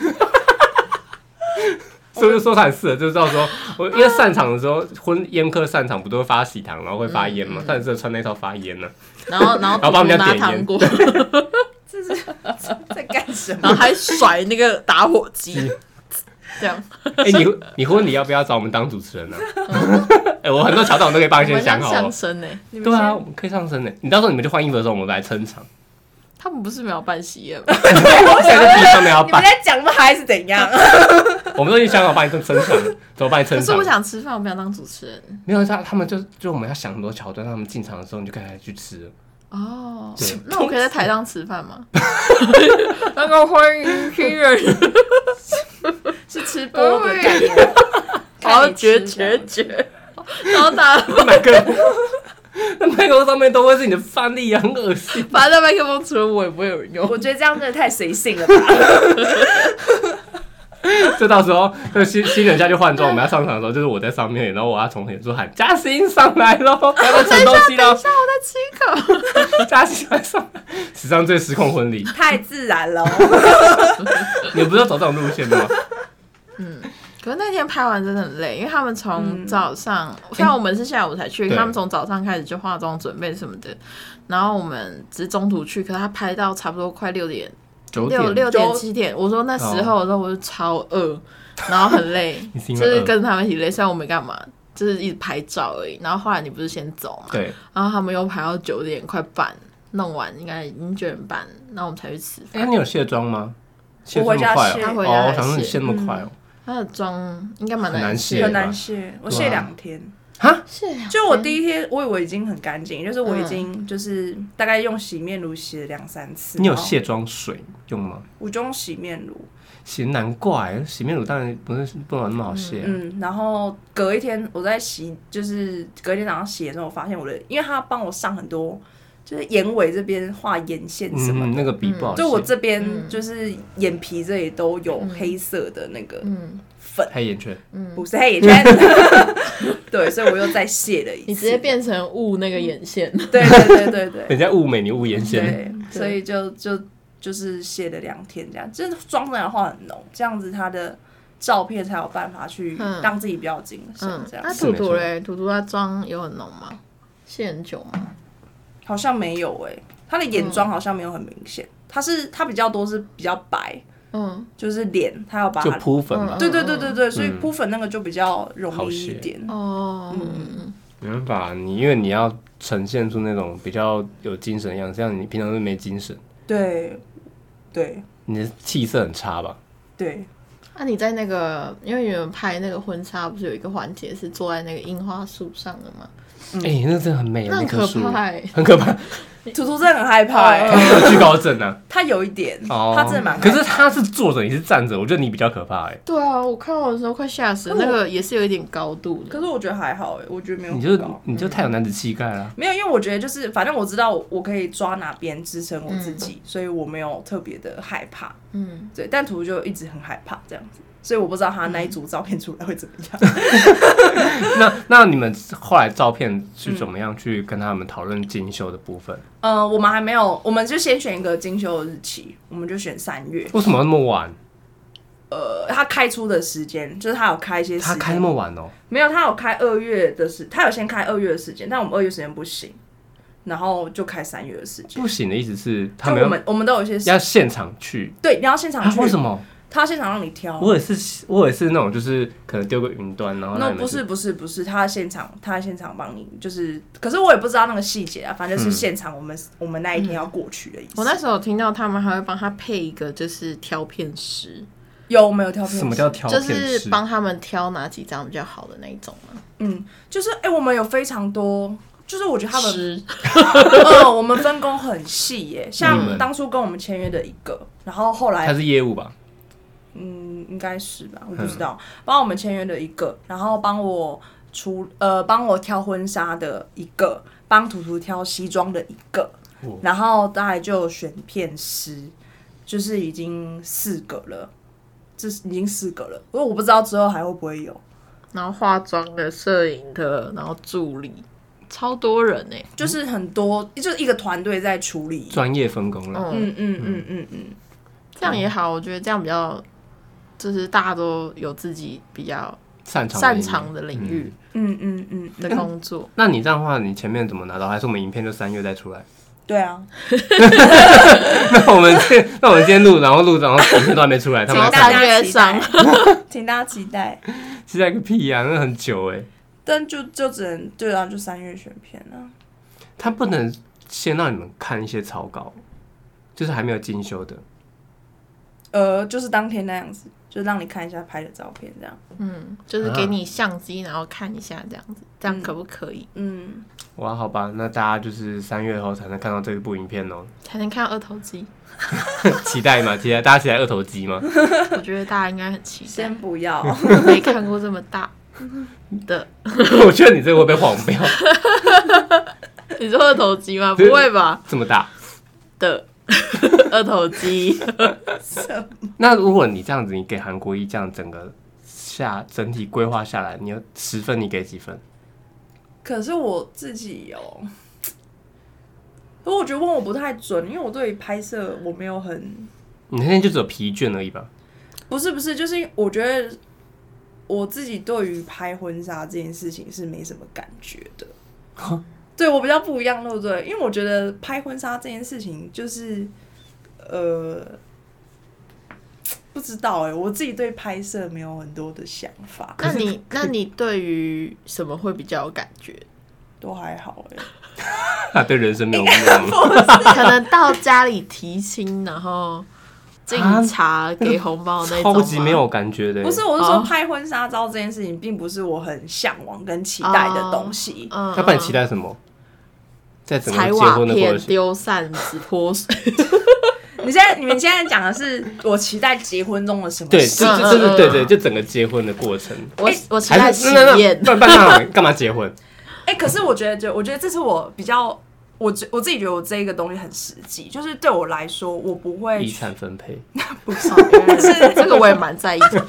所以就说他很适合，就是到时候我因为散场的时候，婚宴客散场不都会发喜糖，然后会发烟
嗯
嘛，他很适合穿那套发烟 呢、
然后然后
然后帮人家
拿
点
糖
烟
果，
这是 在干什
然后
么？
还甩那个打火 机，这样，
哎、你你婚礼要不要找我们当主持人 呢、啊？哎、我很多桥段我都可以帮
我
你先
们
想
像
好、
相
哦。
声欸呢，
你们
对啊，
先
我们可以上身的。你到时候你们就换衣服的时候，我们来撑场。
他们不是没有办喜宴吗？
现在就自己上面要
你们
办，
在讲吗？还是怎样？
我们都已经想好帮你撑撑场了，怎么帮你撑
可是
场
我？想吃饭，我不想当主持人
没有他，他们就就我们要想很多桥段，他们进场的时候你就赶快去吃了。
哦
对。
那我可以在台上吃 饭吗？那个欢迎新人。
是吃播的感 觉，
然后
看你吃
绝
的
绝 绝，然后大家
麦克风，那麦克风上面都会是你的范例啊，很恶心。
反正麦克风除了我也不会有人
我
用。
觉得这样真的太随性了 吧？
就到时候，就新新人家就换装，我们要上场的时候，就是我在上面，然后我要从远处喊嘉欣上来喽，不要再吃东西喽，
下，我再吃一口。
嘉欣来上来，史上最失控婚礼，
太自然了哦，
你们不是要走这种路线的吗？
可是那天拍完真的很累，因为他们从早上，像我们是下午才去，
对
他们从早上开始就化妆准备什么的，然后我们只是中途去，可是他拍到差不多快六点，
九
六
点，
六点
九
七点，我说那时候的时候我就超饿，然后 很累
你，是
就
因为饿
是跟他们一起累，虽然我没干嘛，就是一直拍照而已。然后后来你不是先走嘛，
对，
然后他们又排到九点快半，弄完应该已经九点半，然后我们才去吃
哎、
饭。
你有卸妆吗？卸这
我
么
回家
快、
卸
哦
他回家
哦，
还
我想说你
卸
卸那么快哦、
他的妆应该蛮
很难
卸
对吧
很难卸，我卸两天。
卸两天，
就我第一天，我以为已经很干净，就是我已经就是大概用洗面乳洗了两三次。
你有
然后
卸妆水用吗？
我就用洗面乳，
洗难怪，洗面乳当然不是不能那么好卸、啊。
嗯，然后隔一天我在洗，就是隔一天早上洗的时候，我发现我的，因为他帮我上很多，就是眼尾这边画眼线什么的
嗯，那个笔不好卸，
就我这边
嗯
就是眼皮这里都有黑色的那个
嗯，
粉，
黑眼圈，
不是黑眼圈。 对，所以我又再卸了一次。
你直接变成雾那个眼线，
对对对对对
人家雾美，你雾眼线。
对，所以就就就是写了两天这样，就是妆的话很浓，这样子他的照片才有办法去
嗯
让自己比较精神
嗯，
这样。
那
是
图
没
图
错
嘞，图图他妆有很浓吗？卸很久吗？
好像没有诶、他的眼妆好像没有很明显，他是他比较多是比较白，
嗯，
就是脸他要把
就
它。
铺粉嘛，
对对对对对，所以
嗯
铺粉那个就比较容
好
易一
写
点。
哦，
没办法，你因为你
嗯
要呈现出那种比较有精神的样子，这样你平常是没精神，
对，对
你的气色很差吧？
对，
那、啊你在那个，因为你们拍那个婚纱，不是有一个环节是坐在那个樱花树上的吗？
哎、
嗯
那真的很美，
那很
棵
可
树
怕、欸，
很可 怕，
图图真的很害怕欸、
有惧高症啊。
他有一点，
哦，
他真的蛮
可
害怕。
是他是坐着，你是站着，我觉得你比较可怕哎、
对啊，我看完的时候快吓死了，
可我
那个也是有一点高度的。
可是我觉得还好哎、我觉得没有
你
很
就
高。
你就太有男子气概了。
没有，因为我觉得就是，反正我知道我可以抓哪边支撑我自
嗯
己，所以我没有特别的害怕。
嗯，
对，但图图就一直很害怕这样子，所以我不知道他那一组照片出来会怎么样。
那那你们后来照片是怎么样去跟他们讨论精修的部分？
呃，我们还没有，我们就先选一个精修的日期，我们就选三月。
为什么要那么晚？
呃，他开出的时间就是他有开一些时
他
间，
开那么晚哦、
没有，他有开二月的时，他有先开二月的时间，但我们二月时间不行，然后就开三月的时间。
不行的意思是他
就
们
我
要
们我们都有一些时
要现场去
对，你要现场
啊？
去，哦
为什么？
他要现场让你挑。
我也是，我也是那种，就是可能丢个云端，然后让
那
你们
不
去
是不是不是，他现场他现场帮你，就是，可是我也不知道那个细节啊，反
嗯
正就是现场我们、我们那一天要过去的意思。
我那时候听到他们还会帮他配一个，就是挑片师，
有没有挑片？
什么叫？挑
就
片
是
师？
帮他们挑哪几张比较好的那一种嘛。
嗯，就是哎、我们有非常多，就是我觉得他们，
师，
嗯，我们分工很细耶、
嗯你
像
们
当初跟我们签约的一个，然后后来
他是业务吧？
嗯，应该是吧，我不知道。帮我们签约的一个，然后帮我出呃帮我挑婚纱的一个，帮图图挑西装的一个
哦，
然后大概就选片师，就是已经四个了，这是已经四个了，因为我不知道之后还会不会有，
然后化妆的、摄影的，然后助理，超多人哎、
就是很多就是一个团队在处理。
专业分工了。
嗯，
嗯嗯嗯嗯嗯，
这样也好，我觉得这样比较，就是大家都有自己比较
擅长
擅
领域
长的领域
嗯嗯嗯嗯，
的工 作。
那你这样的话，你前面怎么拿到？还是我们影片就三月再出来？
对啊，
那我们先，那我们先录，然后录，然后影片都还没出 来，他
然
们
后
要
请
看
三
大家
月
期
上
待， 请大家期待。
期待个屁呀、那很久哎、
但就就只能对啊，就三月选片啊。
他不能先让你们看一些草稿，就是还没有精修的。
呃，就是当天那样子，就让你看一下拍的照片这样。
嗯，就是给你相机，然后看一下这样子，这样可不可以？
嗯，
哇，好吧，那大家就是三月后才能看到这部影片哦，
才能看到二头 肌。
期待吗？期待大家期待二头肌吗？
我觉得大家应该很期 待
先，不要，
没看过这么大的。
我觉得你这个会被黄标，
你说二头肌 吗？不会吧？
这么大。
的 二头 肌，
那如果你这样子，你给韩国一这样整个下整体规划下来，你有十分，你给几分？
可是我自己有，可我觉得问我不太准，因为我对于拍摄我没有很，
你那天就只有疲倦而已吧？
不是不是，就是我觉得我自己对于拍婚纱这件事情是没什么感觉的。对我比较不一样，对不对？因为我觉得拍婚纱这件事情就是，呃，不知道哎、我自己对拍摄没有很多的想法。
那你那你对于什么会比较有感觉？
都还好哎、
啊，对人生没有那种
可能到家里提亲，然后敬茶给红包那种吗，
超级没有感觉的欸。
不是，我是说
哦
拍婚纱照这件事情，并不是我很向往跟期待的东西。
嗯，嗯
他帮你期待什么？在整个
踩
结
瓦
婚的过
片、
程，
丢扇子、泼水，
你现在你们现在讲的是我期待结婚中的什么
对，
事？
这这这
嗯嗯
是对对，就整个结婚的过程。
我我期
还
待
是
喜
那那
宴
那，那那那干嘛结婚？
哎、可是我觉得，就我觉得这是我比较，我觉我自己觉得我这一个东西很实际，就是对我来说，我不会
遗，产分配，
哦原来是这个我也蛮在意的。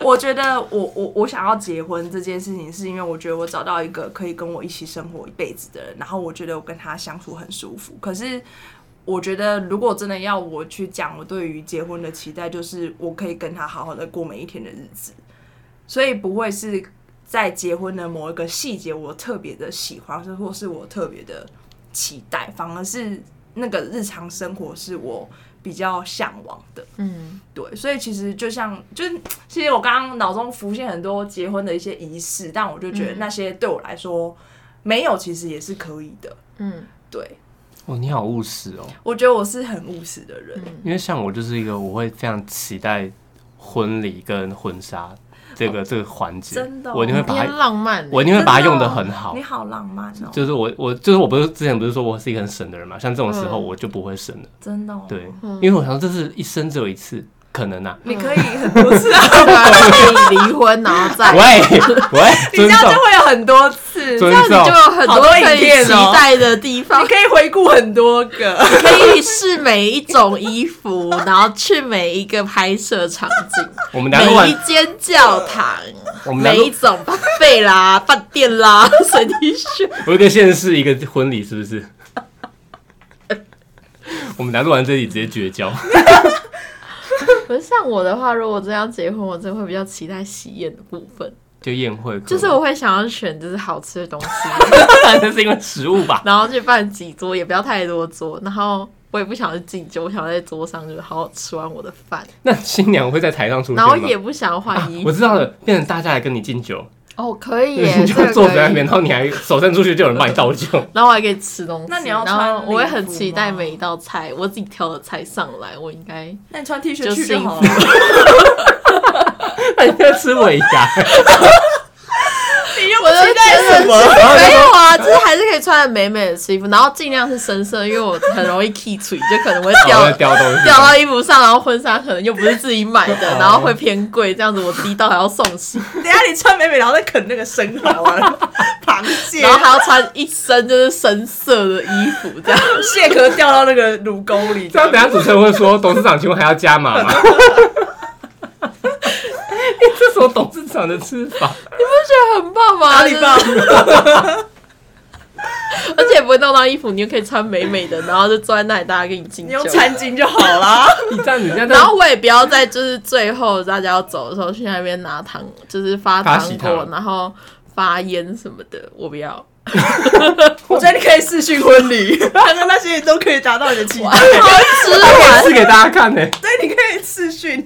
我觉得我我我想要结婚这件事情，是因为我觉得我找到一个可以跟我一起生活一辈子的人，然后我觉得我跟他相处很舒服。可是我觉得如果真的要我去讲我对于结婚的期待，就是我可以跟他好好的过每一天的日子，所以不会是在结婚的某一个细节我特别的喜欢，或或是我特别的期待，反而是那个日常生活是我比较向往的。
嗯，
对，所以其实就像，就是其实我刚刚脑中浮现很多结婚的一些仪式，但我就觉得那些对我来说没有，其实也是可以的。
嗯，
对，
哦，你好务实哦。
我觉得我是很务实的人。
嗯
因为像我就是一个我会非常期待婚礼跟婚纱这
哦
个、这个环节，
真的哦
我一定会
你
把
很
它，
浪漫欸，
我一定会把它用的
真
很
哦
好
你。好浪漫哦，
就是我我就是我不是之前不是说我是一个很省的人嘛，像这种时候
嗯
我就不会省了，
真的、哦。
对，因为我想说这是一生只有一次，可能
嗯
啊。
你可以很多次啊，
对啊可以离婚，然后再，
喂喂，
你这
尊
样就
重
会有很多次，
尊
这样你
重
就，有很
好
多
多
可
影
以
片
期
哦
待的地方
你，可以回顾很多个。
可以试每一种衣服，然后去每一个拍摄场景，
我们两个
每一
晚，
间教堂，
我们两
每
个
一种巴费啦、饭店 啦，随你选。
我一个现世一个婚礼，是不是？ 我们俩录完这里直接绝交。
可是像我的话，如果真要结婚，我真的会比较期待喜宴的部分，
就宴会可以，
就是我会想要选就是好吃的东 西，
那是因为食物吧？
然后去办几桌，也不要太多桌，然后。我也不想去敬酒，我想在桌上就是好好吃完我的饭，
那新娘会在台上出现
然后
吗？
也不想要换
啊
衣服。
我知道了，变成大家来跟你敬酒，
哦，可以耶，
你
这
就
个
坐
可
在那
以
边，然后你还手伸出去，就有人帮你倒 酒。
然后我还可以吃东西。
那你要
然
穿
后我会很
礼服
期待
吗
每一道菜，我自己挑的菜上来，我应该
那你穿 T
就
恤去就
幸
好
福
了。
哎那你在吃尾 牙，
你又不
我就
期待
觉
什么？
得没有啊，就是还是可以穿的美美的吃衣服，然后尽量是深色，因为我很容易 key 嘴，就可能会
然后
掉
在叼东西，
掉到衣服上，然后婚纱可能又不是自己买的，
哦
然后会偏贵，这样子我第一道还要送 洗，
等一下你穿美美，然后再啃那个生蚝 啊、螃蟹
然，后还要穿一身就是深色的衣服，这样
蟹壳掉到那个乳沟 里。
这样等下主持人会说：“董事长，请问还要加码吗？” 哎这是我董事长的吃法，
不觉得很棒吗？
阿里 棒
就是，而且也不会弄到衣服，你又可以穿美美的，然后就坐在那里，大家给你敬
你
酒
用。餐巾就好啦。
你这样你这样，
然后我也不要在就是最后大家要走的时候去那边拿糖，就是发
发
糖
喜
果，
糖
然后发烟什么的，我不要。
我觉得你可以视 讯婚礼，反正那些都可以达到你的期
我
待。
要吃
我
完，
吃给大家看呢、
对，你可以视讯。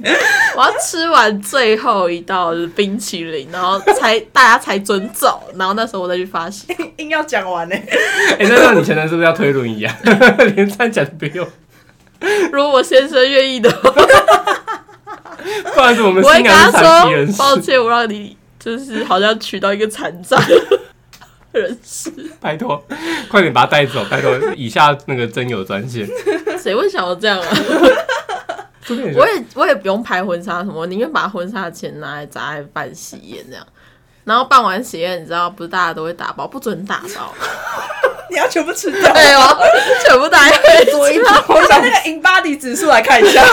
我要吃完最后一道就是冰淇淋，然后才大家才准走，然后那时候我再去发喜。
硬要讲完呢、欸
哎、那让你前男是不是要推轮椅啊？ 连站起来都不用，
如果我先生愿意的话，
不然是我们
我会
新
跟
娘
他
是残疾
说
人：“士，
抱歉，我让你就是好像娶到一个残障人士。
拜托，快点把他带走，拜托。以下那个真友专线，”
谁会想要这样啊？
这边也是
我也我也不用拍婚纱什么，我宁愿把婚纱的钱拿来砸来办喜宴这样。然后办完喜宴，你知道不是大家都会打包，不准打 包，
你要全部吃掉。
对哦，全部打开
我一我拿那个 in body 指数来看 一下，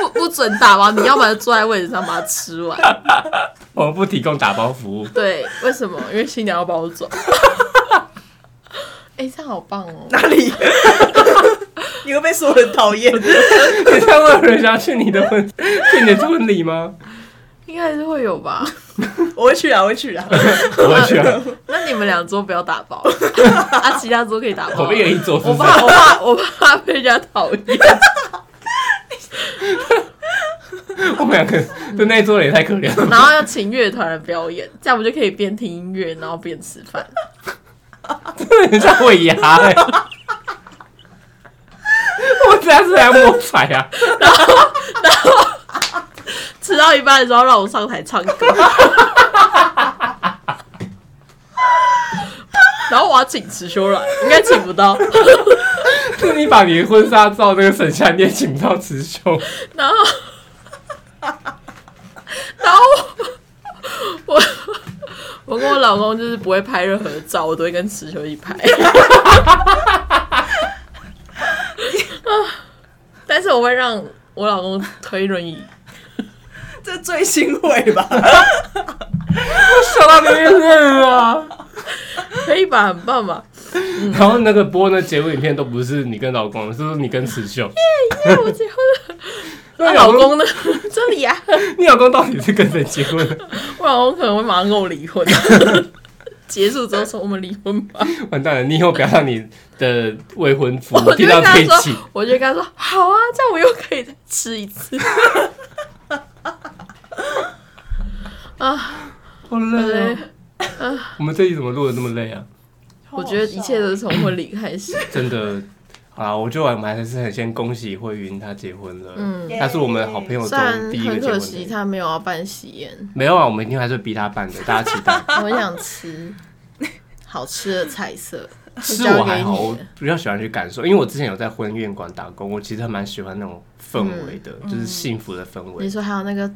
不不准打包，你要么就坐在位置上把它吃完。
我们不提供打包服务。
对，为什么？因为新娘要包走。哎、这样好棒哦！
哪里？ 你会被所有人讨厌。
你这样会有人想要去你的婚， 去你的婚礼吗？
应该还是会有吧？
我会去啊，我会去啊。
我会去啊，
那你们两桌不要打包，啊，其他桌可以打
我
包。
们一人一桌，是
我
不是？
怕，我怕，我怕被人家讨厌。
我们两个对那一桌人也太可怜了。
然后要请乐团来表演，这样我们就可以边听音乐，然后边吃饭。
很像尾牙哎、 我这样是来摸彩啊！
吃到一半的时候，让我上台唱歌。 然后我要请辞修来，应该请不到。
是你把你的婚纱照那个省下，你也请不到雌雄。
然后， 然后我我我跟我老公就是不会拍任何照，我都会跟池修一起拍。 但是我会让我老公推轮椅，
这最欣慰吧？
笑到那边热啊！
可以吧？很棒吧？
然后那个播那结尾影片都不是你跟老公，是你跟池秀。
啊我结婚
那
了，
你
老公呢？ 这里啊，
你老公到底是跟谁结婚？
我老公可能会马上跟我离婚。 结束之后说我们离婚吧，
完蛋了，你以后不要让你的未婚夫
我就
听
跟
到
他
这一
说
期。，
我就跟他说好啊，这样我又可以再吃一次。
好
啊
累、哦，我们这集怎么录的那么累啊？
我觉得一切都是从婚礼开始。
真的。啊，我觉得我们还是很先恭喜慧云她结婚了，
嗯，
她是我们好朋友
虽
中
然
第一个
很
结
可
婚
惜
的。
他没有要办喜宴，
没有啊，我们一定还是逼她办的，大家期待。
我很想吃好吃的菜 色。
吃
交
我
给
还好，
你
我比较喜欢去感受，因为我之前有在婚宴馆打工，我其实还蛮喜欢那种氛围的，
嗯
就是幸福的氛围。
你说还有那个噔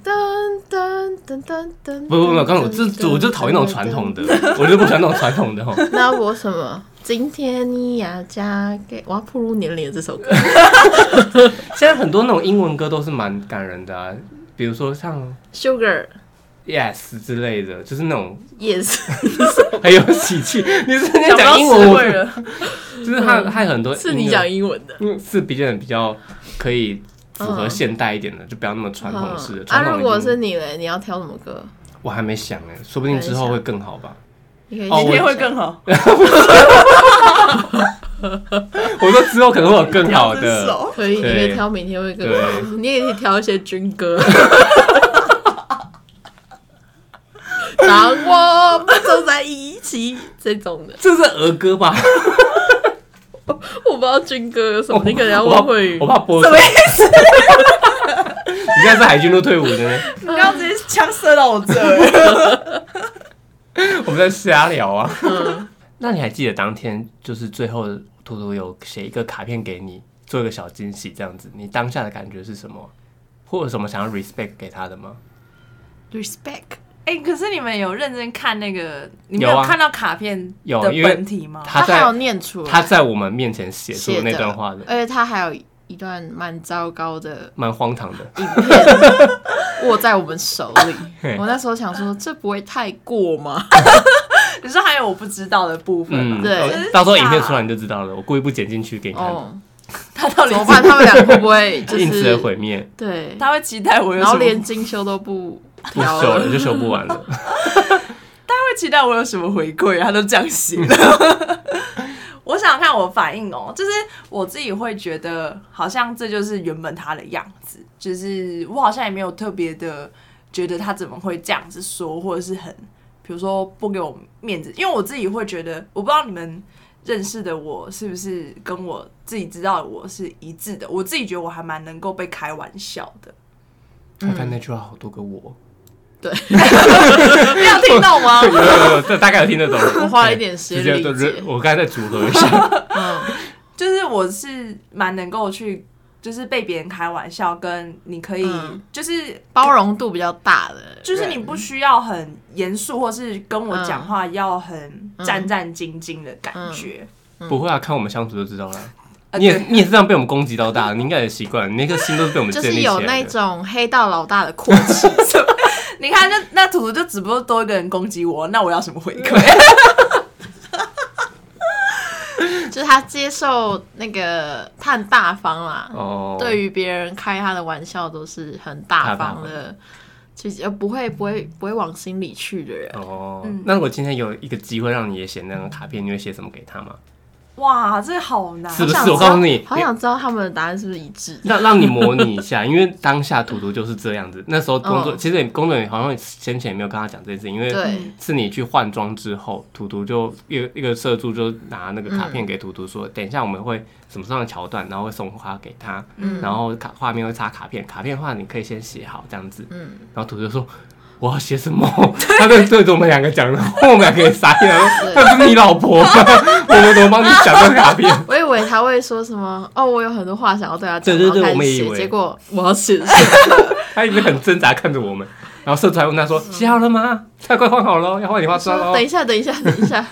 噔噔噔噔，
不不不，刚我这这我就讨厌那种传统的，我就不喜欢那种传统的哈。
那要播什么？今天你要嫁给我要步入年龄的这首歌，
现在很多那种英文歌都是蛮感人的啊，比如说像
Sugar
Yes 之类的，就是那种
Yes
很有喜气。你是你
到
讲英文，
词
我
汇了，
就是他他很多
嗯是你
音乐
讲英文的。
嗯是比较比较可以符合
嗯
现代一点的，就不要那么传统式的。
嗯啊，
传统
如果
已经
是你嘞，你要挑什么歌？
我还没想哎，说不定之后会更好吧。
你可以
哦
先
我
明天
想
会更好。
我说之后可能会有更好
真哦
的，
熟
可以，你
对
可以挑明天会更好，你也可以挑一些军 歌。让我们走在一起这种的，
这是儿歌吧？
我不知道军歌有什 么，你可能要
我怕
问慧宇
我。怕播
什么意思？
你现在是海军都退伍的呢，
你刚刚直接枪射到我这儿，
我们在瞎聊啊。
嗯，
那你还记得当天就是最后图图有写一个卡片给你，做一个小惊喜这样子，你当下的感觉是什么？或者有什么想要 respect 给他的吗？
respect，
哎、可是你们有认真看那个？你们
有啊
看到卡片
有
的
因为
本体吗？
他
哦他还有
在
念出来，
他在我们面前写出那段话的，
而且他还有一段蛮糟糕的
蛮荒唐的。
影片握在我们手里
嘿。
我那时候想说，这不会太过吗？
你说还有我不知道的部分吗？
嗯，
对
哦到时候影片出来你就知道了。我故意不剪进去给你看，
哦，
他到底
怎么办？他们俩会不会 就
因此而
是
毁灭，
对？
他会期待我有
然
什
后
么？
连精修都不
不
挑
修
了
了，就修不完了。
他会期待我有什么回馈啊？他都这样写了。 我想想看我反应哦，就是我自己会觉得，好像这就是原本他的样子，就是我好像也没有特别的觉得他怎么会这样子说，或者是很，比如说不给我面子，因为我自己会觉得，我不知道你们认识的我是不是跟我自己知道的我是一致的，我自己觉得我还蛮能够被开玩笑的，
嗯
我看那句话好多个我，
没有听懂吗？
有有有，这大概有听得懂。
我花了一点时
直接
间理
都
解。
我刚才在组合一下，
嗯，
就是我是蛮能够去，就是被别人开玩笑，跟你可以、
嗯
就是
包容度比较大的，
就是你不需要很严肃，或是跟我讲话要很战战兢兢的感觉。
嗯
不会啊，看我们相处就知道了。
啊
你也
对
你也是这样被我们攻击到大的，你应该也习惯了，你那颗心都是被我们
就
建立
是
起
有
来
那
的。
种黑道老大的阔 气。
你看，那那图图就只不过多一个人攻击我，那我要什么回馈？
就是他接受那个他很大方啦，
哦，
对于别人开他的玩笑都是很大方的，其实呃不会不会不会往心里去的人。
哦
嗯，
那如果今天有一个机会让你也写那张卡片，你会写什么给他吗？
哇，这好难，
是不是
好想知道
我告诉你
好想知道他们的答案是不是一致？
让让你模拟一下，因为当下图图就是这样子。那时候工作，
嗯
其实也工作人员好像先前也没有跟他讲这件事，情，因为
对
嗯，
是你去换装之后，图图就一个一个社助就拿那个卡
嗯
片给图图说，等一下我们会什么上的桥段，然后会送花给他，
嗯
然后卡画面会插卡片，卡片的话你可以先写好这样子。
嗯，
然后图图就说。我要写什 么？他在对着我们两个讲，然后我们两个也傻眼了。
对
那不是你老婆吗？ 我们怎么帮你想这个卡片？
我以为他会说什么哦，我有很多话想要对他讲，
对对对
然
我
后开
们
始
也以
写
为
结果我要写
他一直很挣扎看着我们，然后社主还问他说：“洗好了吗？菜快换好喽，要换你化
嗯 说
妆喽
等。一下，等一下，等一下，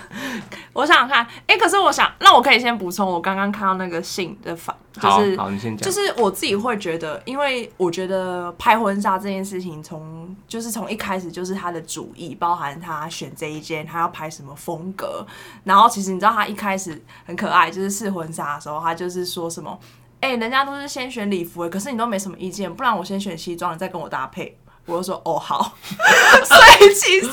我想想看，哎、可是我想，那我可以先补充我刚刚看到那个信的反，就
好
是
好，你先讲。
就是我自己会觉得，因为我觉得拍婚纱这件事情从，就是从一开始就是他的主意，包含他选这一间，他要拍什么风格。然后其实你知道，他一开始很可爱，就是试婚纱的时候，他就是说什么，哎、人家都是先选礼服、可是你都没什么意见，不然我先选西装，你再跟我搭配。我就说 哦好，所以其实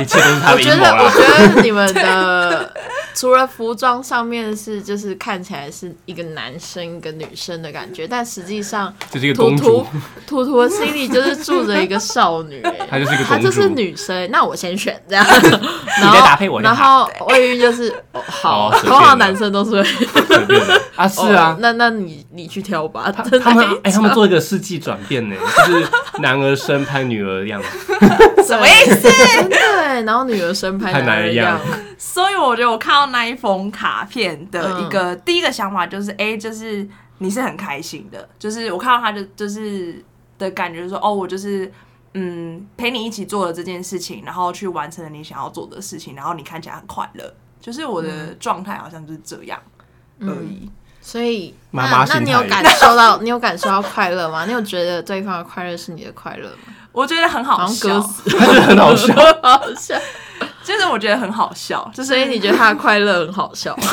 一切都是他
我
的阴
觉
谋
得，我
啦。
觉得你 们的除了服装上面是就是看起来是一个男生一个女生的感觉，但实际上
就是一个
图
公
图
主，
图图的心里就是住着一个少 女、欸，
她就是一个
她
公主
就是女生，那我先选 这样，然后
再搭配我就
然
好
后魏玉就是哦好，
哦随便
通常
你
男生都是会
随便的啊，是
哦
啊。
那那你你去挑吧，他
他们 哎、他们做一个世纪转变呢，就是男儿身拍女儿样，
什么意思？
对，然后女儿身拍
拍男
人
人样
所以我觉得我看到那一封卡片的一
嗯
个、第一个想法就是，哎、就是你是很开心的，就是我看到他就就是的感觉，就是说哦，我就是嗯陪你一起做了这件事情，然后去完成了你想要做的事情，然后你看起来很快乐，就是我
嗯
的状态好像就是这样而已。
所以，
妈妈
那那
心
你有
态
感受到，你有感受到快乐吗？你有觉得对方的快乐是你的快乐吗？
我觉得很好
好像
笑
歌，词，
很好笑。
好笑。
就是我觉得很好笑，就是
所以你觉得他的快乐很好笑吗？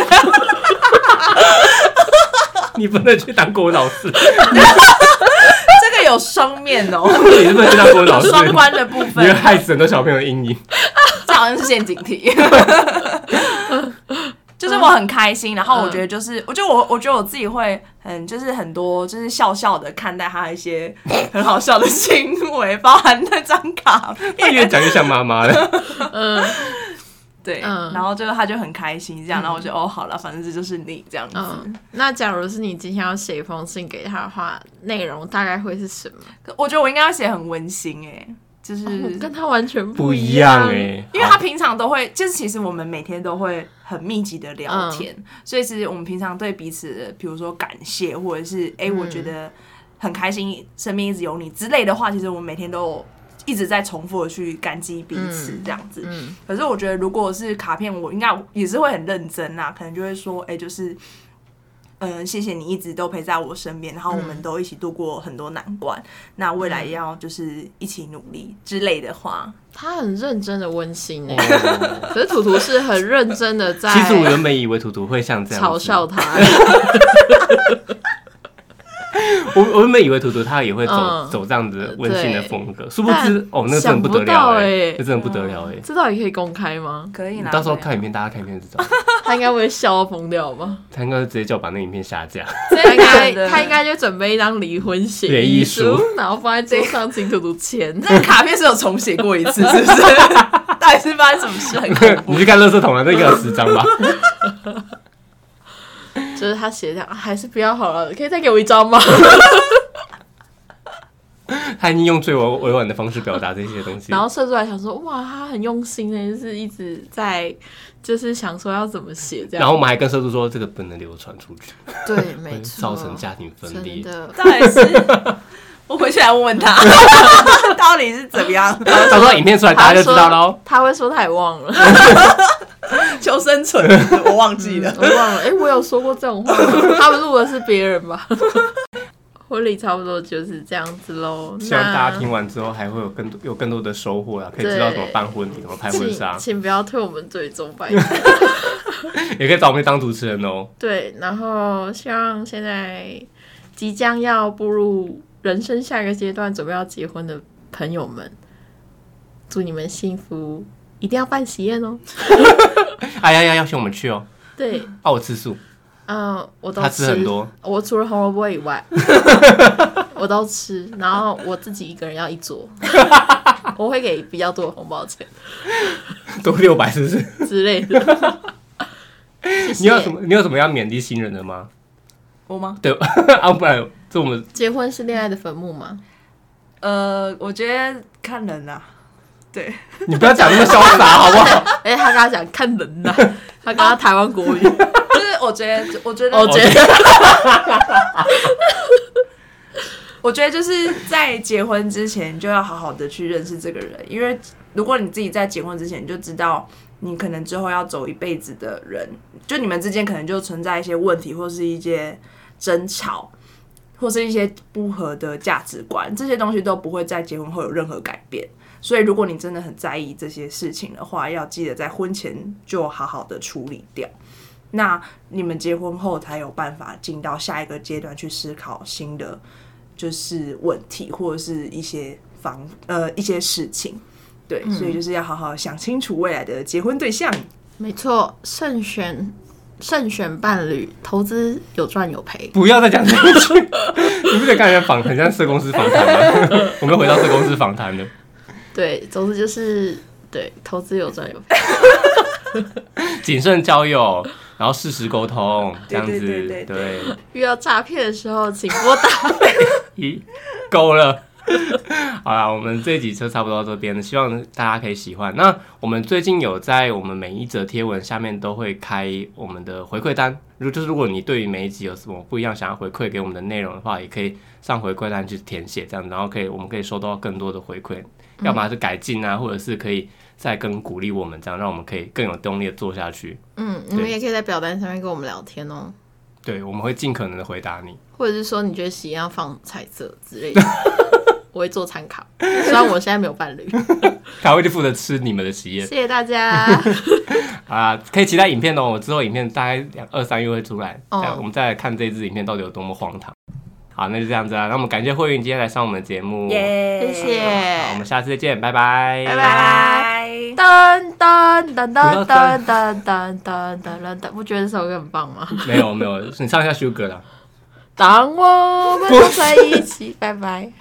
你不能去当国文老师，
这个有双面哦，
你是不能去当国文老
有
师，
双关的部
你会
分，
害死很多小朋友的阴影。
这好像是陷阱题。就是我很开心，然后我觉得就是，我觉得我我觉得我自己会很就是很多就是笑笑的看待他一些很好笑的行为， 包含那张卡
他越
片，
讲越像妈妈了。
嗯
对，
嗯
然后就他就很开心这样，然后我就哦好了，反正这就是你这样子。
嗯。那假如是你今天要写一封信给他的话，内容大概会是什么？
可我觉得我应该要写很温馨哎、就是、
哦我跟他完全
不一
一
样哎、
哎。
因为他平常都会，就是其实我们每天都会很密集的聊天，
嗯
所以其实我们平常对彼此的，比如说感谢，或者是
嗯
哎、诶我觉得很开心，身边一直有你之类的话，其实我们每天都有一直在重复的去感激彼此这样子。
嗯
可是我觉得，如果是卡片，我应该也是会很认真啦，可能就会说，哎、就是，嗯、谢谢你一直都陪在我身边，然后我们
嗯
都一起度过很多难关，那未来也要就是一起努力之类的话，
他很认真的温馨哎、
哦
可是图图是很认真的在
其实我原本以为图图会像这样子
嘲笑他、欸
我我原本以为图图他也会走、
嗯
走这样子温馨的风格，殊不
但
知哦，那个真的不得
想
了
不到
哎、
欸
那真的不得了哎、欸。
这到底可以公开吗？
可以
你
啦。
到时候
对啊
看影片，大家看影片就知道，
他应该不会笑到疯掉吧？
他应该直接叫我把那影片下架。
他应
真
该
的
他应该就准备一张离婚协
协
议
议
书
书，
然后放在桌上，请图图签。
那个卡片是有重写过一次，是不是？到底是发生什么事？很 恐怖
你去看垃圾桶了，啊那个有十 张吧。
就是他写这样，啊还是不要好了，可以再给我一 张吗？
他已经用最委委婉的方式表达这些东西
然，后射出来想说，哇，他很用心的，就是一直在，就是想说要怎么写这样。
然后我们还跟社助说这个不能流传出去，
对，
会
没错，
造成家庭分
真
裂。
的。
到底是？ 我回去来问问他， 到底是怎么样
到时候影片出来大家就知道喽。
他会说他也忘了，
求生存？我忘记了。
我忘了。哎、我有说过这种话 吗，他们录的是别人吧？ 婚礼差不多就是这样子喽。
希望大
那
家听完之后还会有更多有更多的收获啊，可以知道怎么办婚礼，怎么拍婚纱
请，请不要推我们最终拜托。
也可以找我们当主持人哦。
对，然后希望现在即将要步入人生下一个阶段，准备要结婚的朋友们，祝你们幸福！一定要办喜宴哦。
哎呀呀，要请我们去哦。
对，
啊，我吃素，
嗯、我都
他吃很多，
我除了红萝卜以外，我都吃。然后我自己一个人要一 桌，我会给比较多的红包钱
都六百是不是？
之类的。谢 谢
你有什么？你有什么要勉励新人的吗？
我吗？
对，啊，不然这我们
结婚是恋爱的坟墓吗？
呃，我觉得看人啊。对，
你不要讲那么潇洒好不好？
哎、他刚刚讲看人呐、他刚刚台湾国语。哦
就是我觉得，我觉得，
哦
我觉得
我觉得就是在结婚之前就要好好的去认识这个人，因为如果你自己在结婚之前就知道你可能之后要走一辈子的人，就你们之间可能就存在一些问题，或是一些争吵，或是一些不合的价值观，这些东西都不会在结婚后有任何改变。所以，如果你真的很在意这些事情的话，要记得在婚前就好好的处理掉。那你们结婚后才有办法进到下一个阶段去思考新的就是问题或者是一些方呃一些事情。对，所以就是要好好想清楚未来的结婚对象。
没错，慎选慎选伴侣，投资有赚有赔。
不要再讲这个事，你不觉得感觉访很像社公司访谈吗？我们又回到社公司访谈了。
对，总之就是对，投资有赚有赔。
谨慎交友，然后适时沟通，这样子
对对对
对，
遇到诈骗的时候，请拨打。
咦， 够了。好啦，我们这一集就差不多到这边了，希望大家可以喜欢。那我们最近有在我们每一则贴文下面都会开我们的回馈单，如就是如果你对于每一集有什么不一样想要回馈给我们的内容的话，也可以上回馈单去填写，这样然后可以我们可以收到更多的回馈，要么是改进啊，或者是可以再更鼓励我们，这样让我们可以更有动力的做下去。
嗯，你
对
们也可以在表单上面跟我们聊天哦，
对，我们会尽可能的回答你。
或者是说你觉得喜宴要放彩色之类的，我会做参考。虽然我现在没有伴侣，
他会就负责吃你们的喜宴
谢谢大家。
啊，可以期待影片哦。我之后影片大概两二三月会出来，
哦
再我们再来看这支影片到底有多么荒唐。好，那就这样子啊。那我们感谢慧云今天来上我们的节目，
耶
谢谢
好，我们下次再见，拜拜，
拜
拜
拜
拜。
噔噔噔
噔
噔
噔
噔噔噔噔噔噔，不觉得这首歌很棒吗？
没有没有，你唱一下 Sugar 啦。
当我们都在一起，拜拜。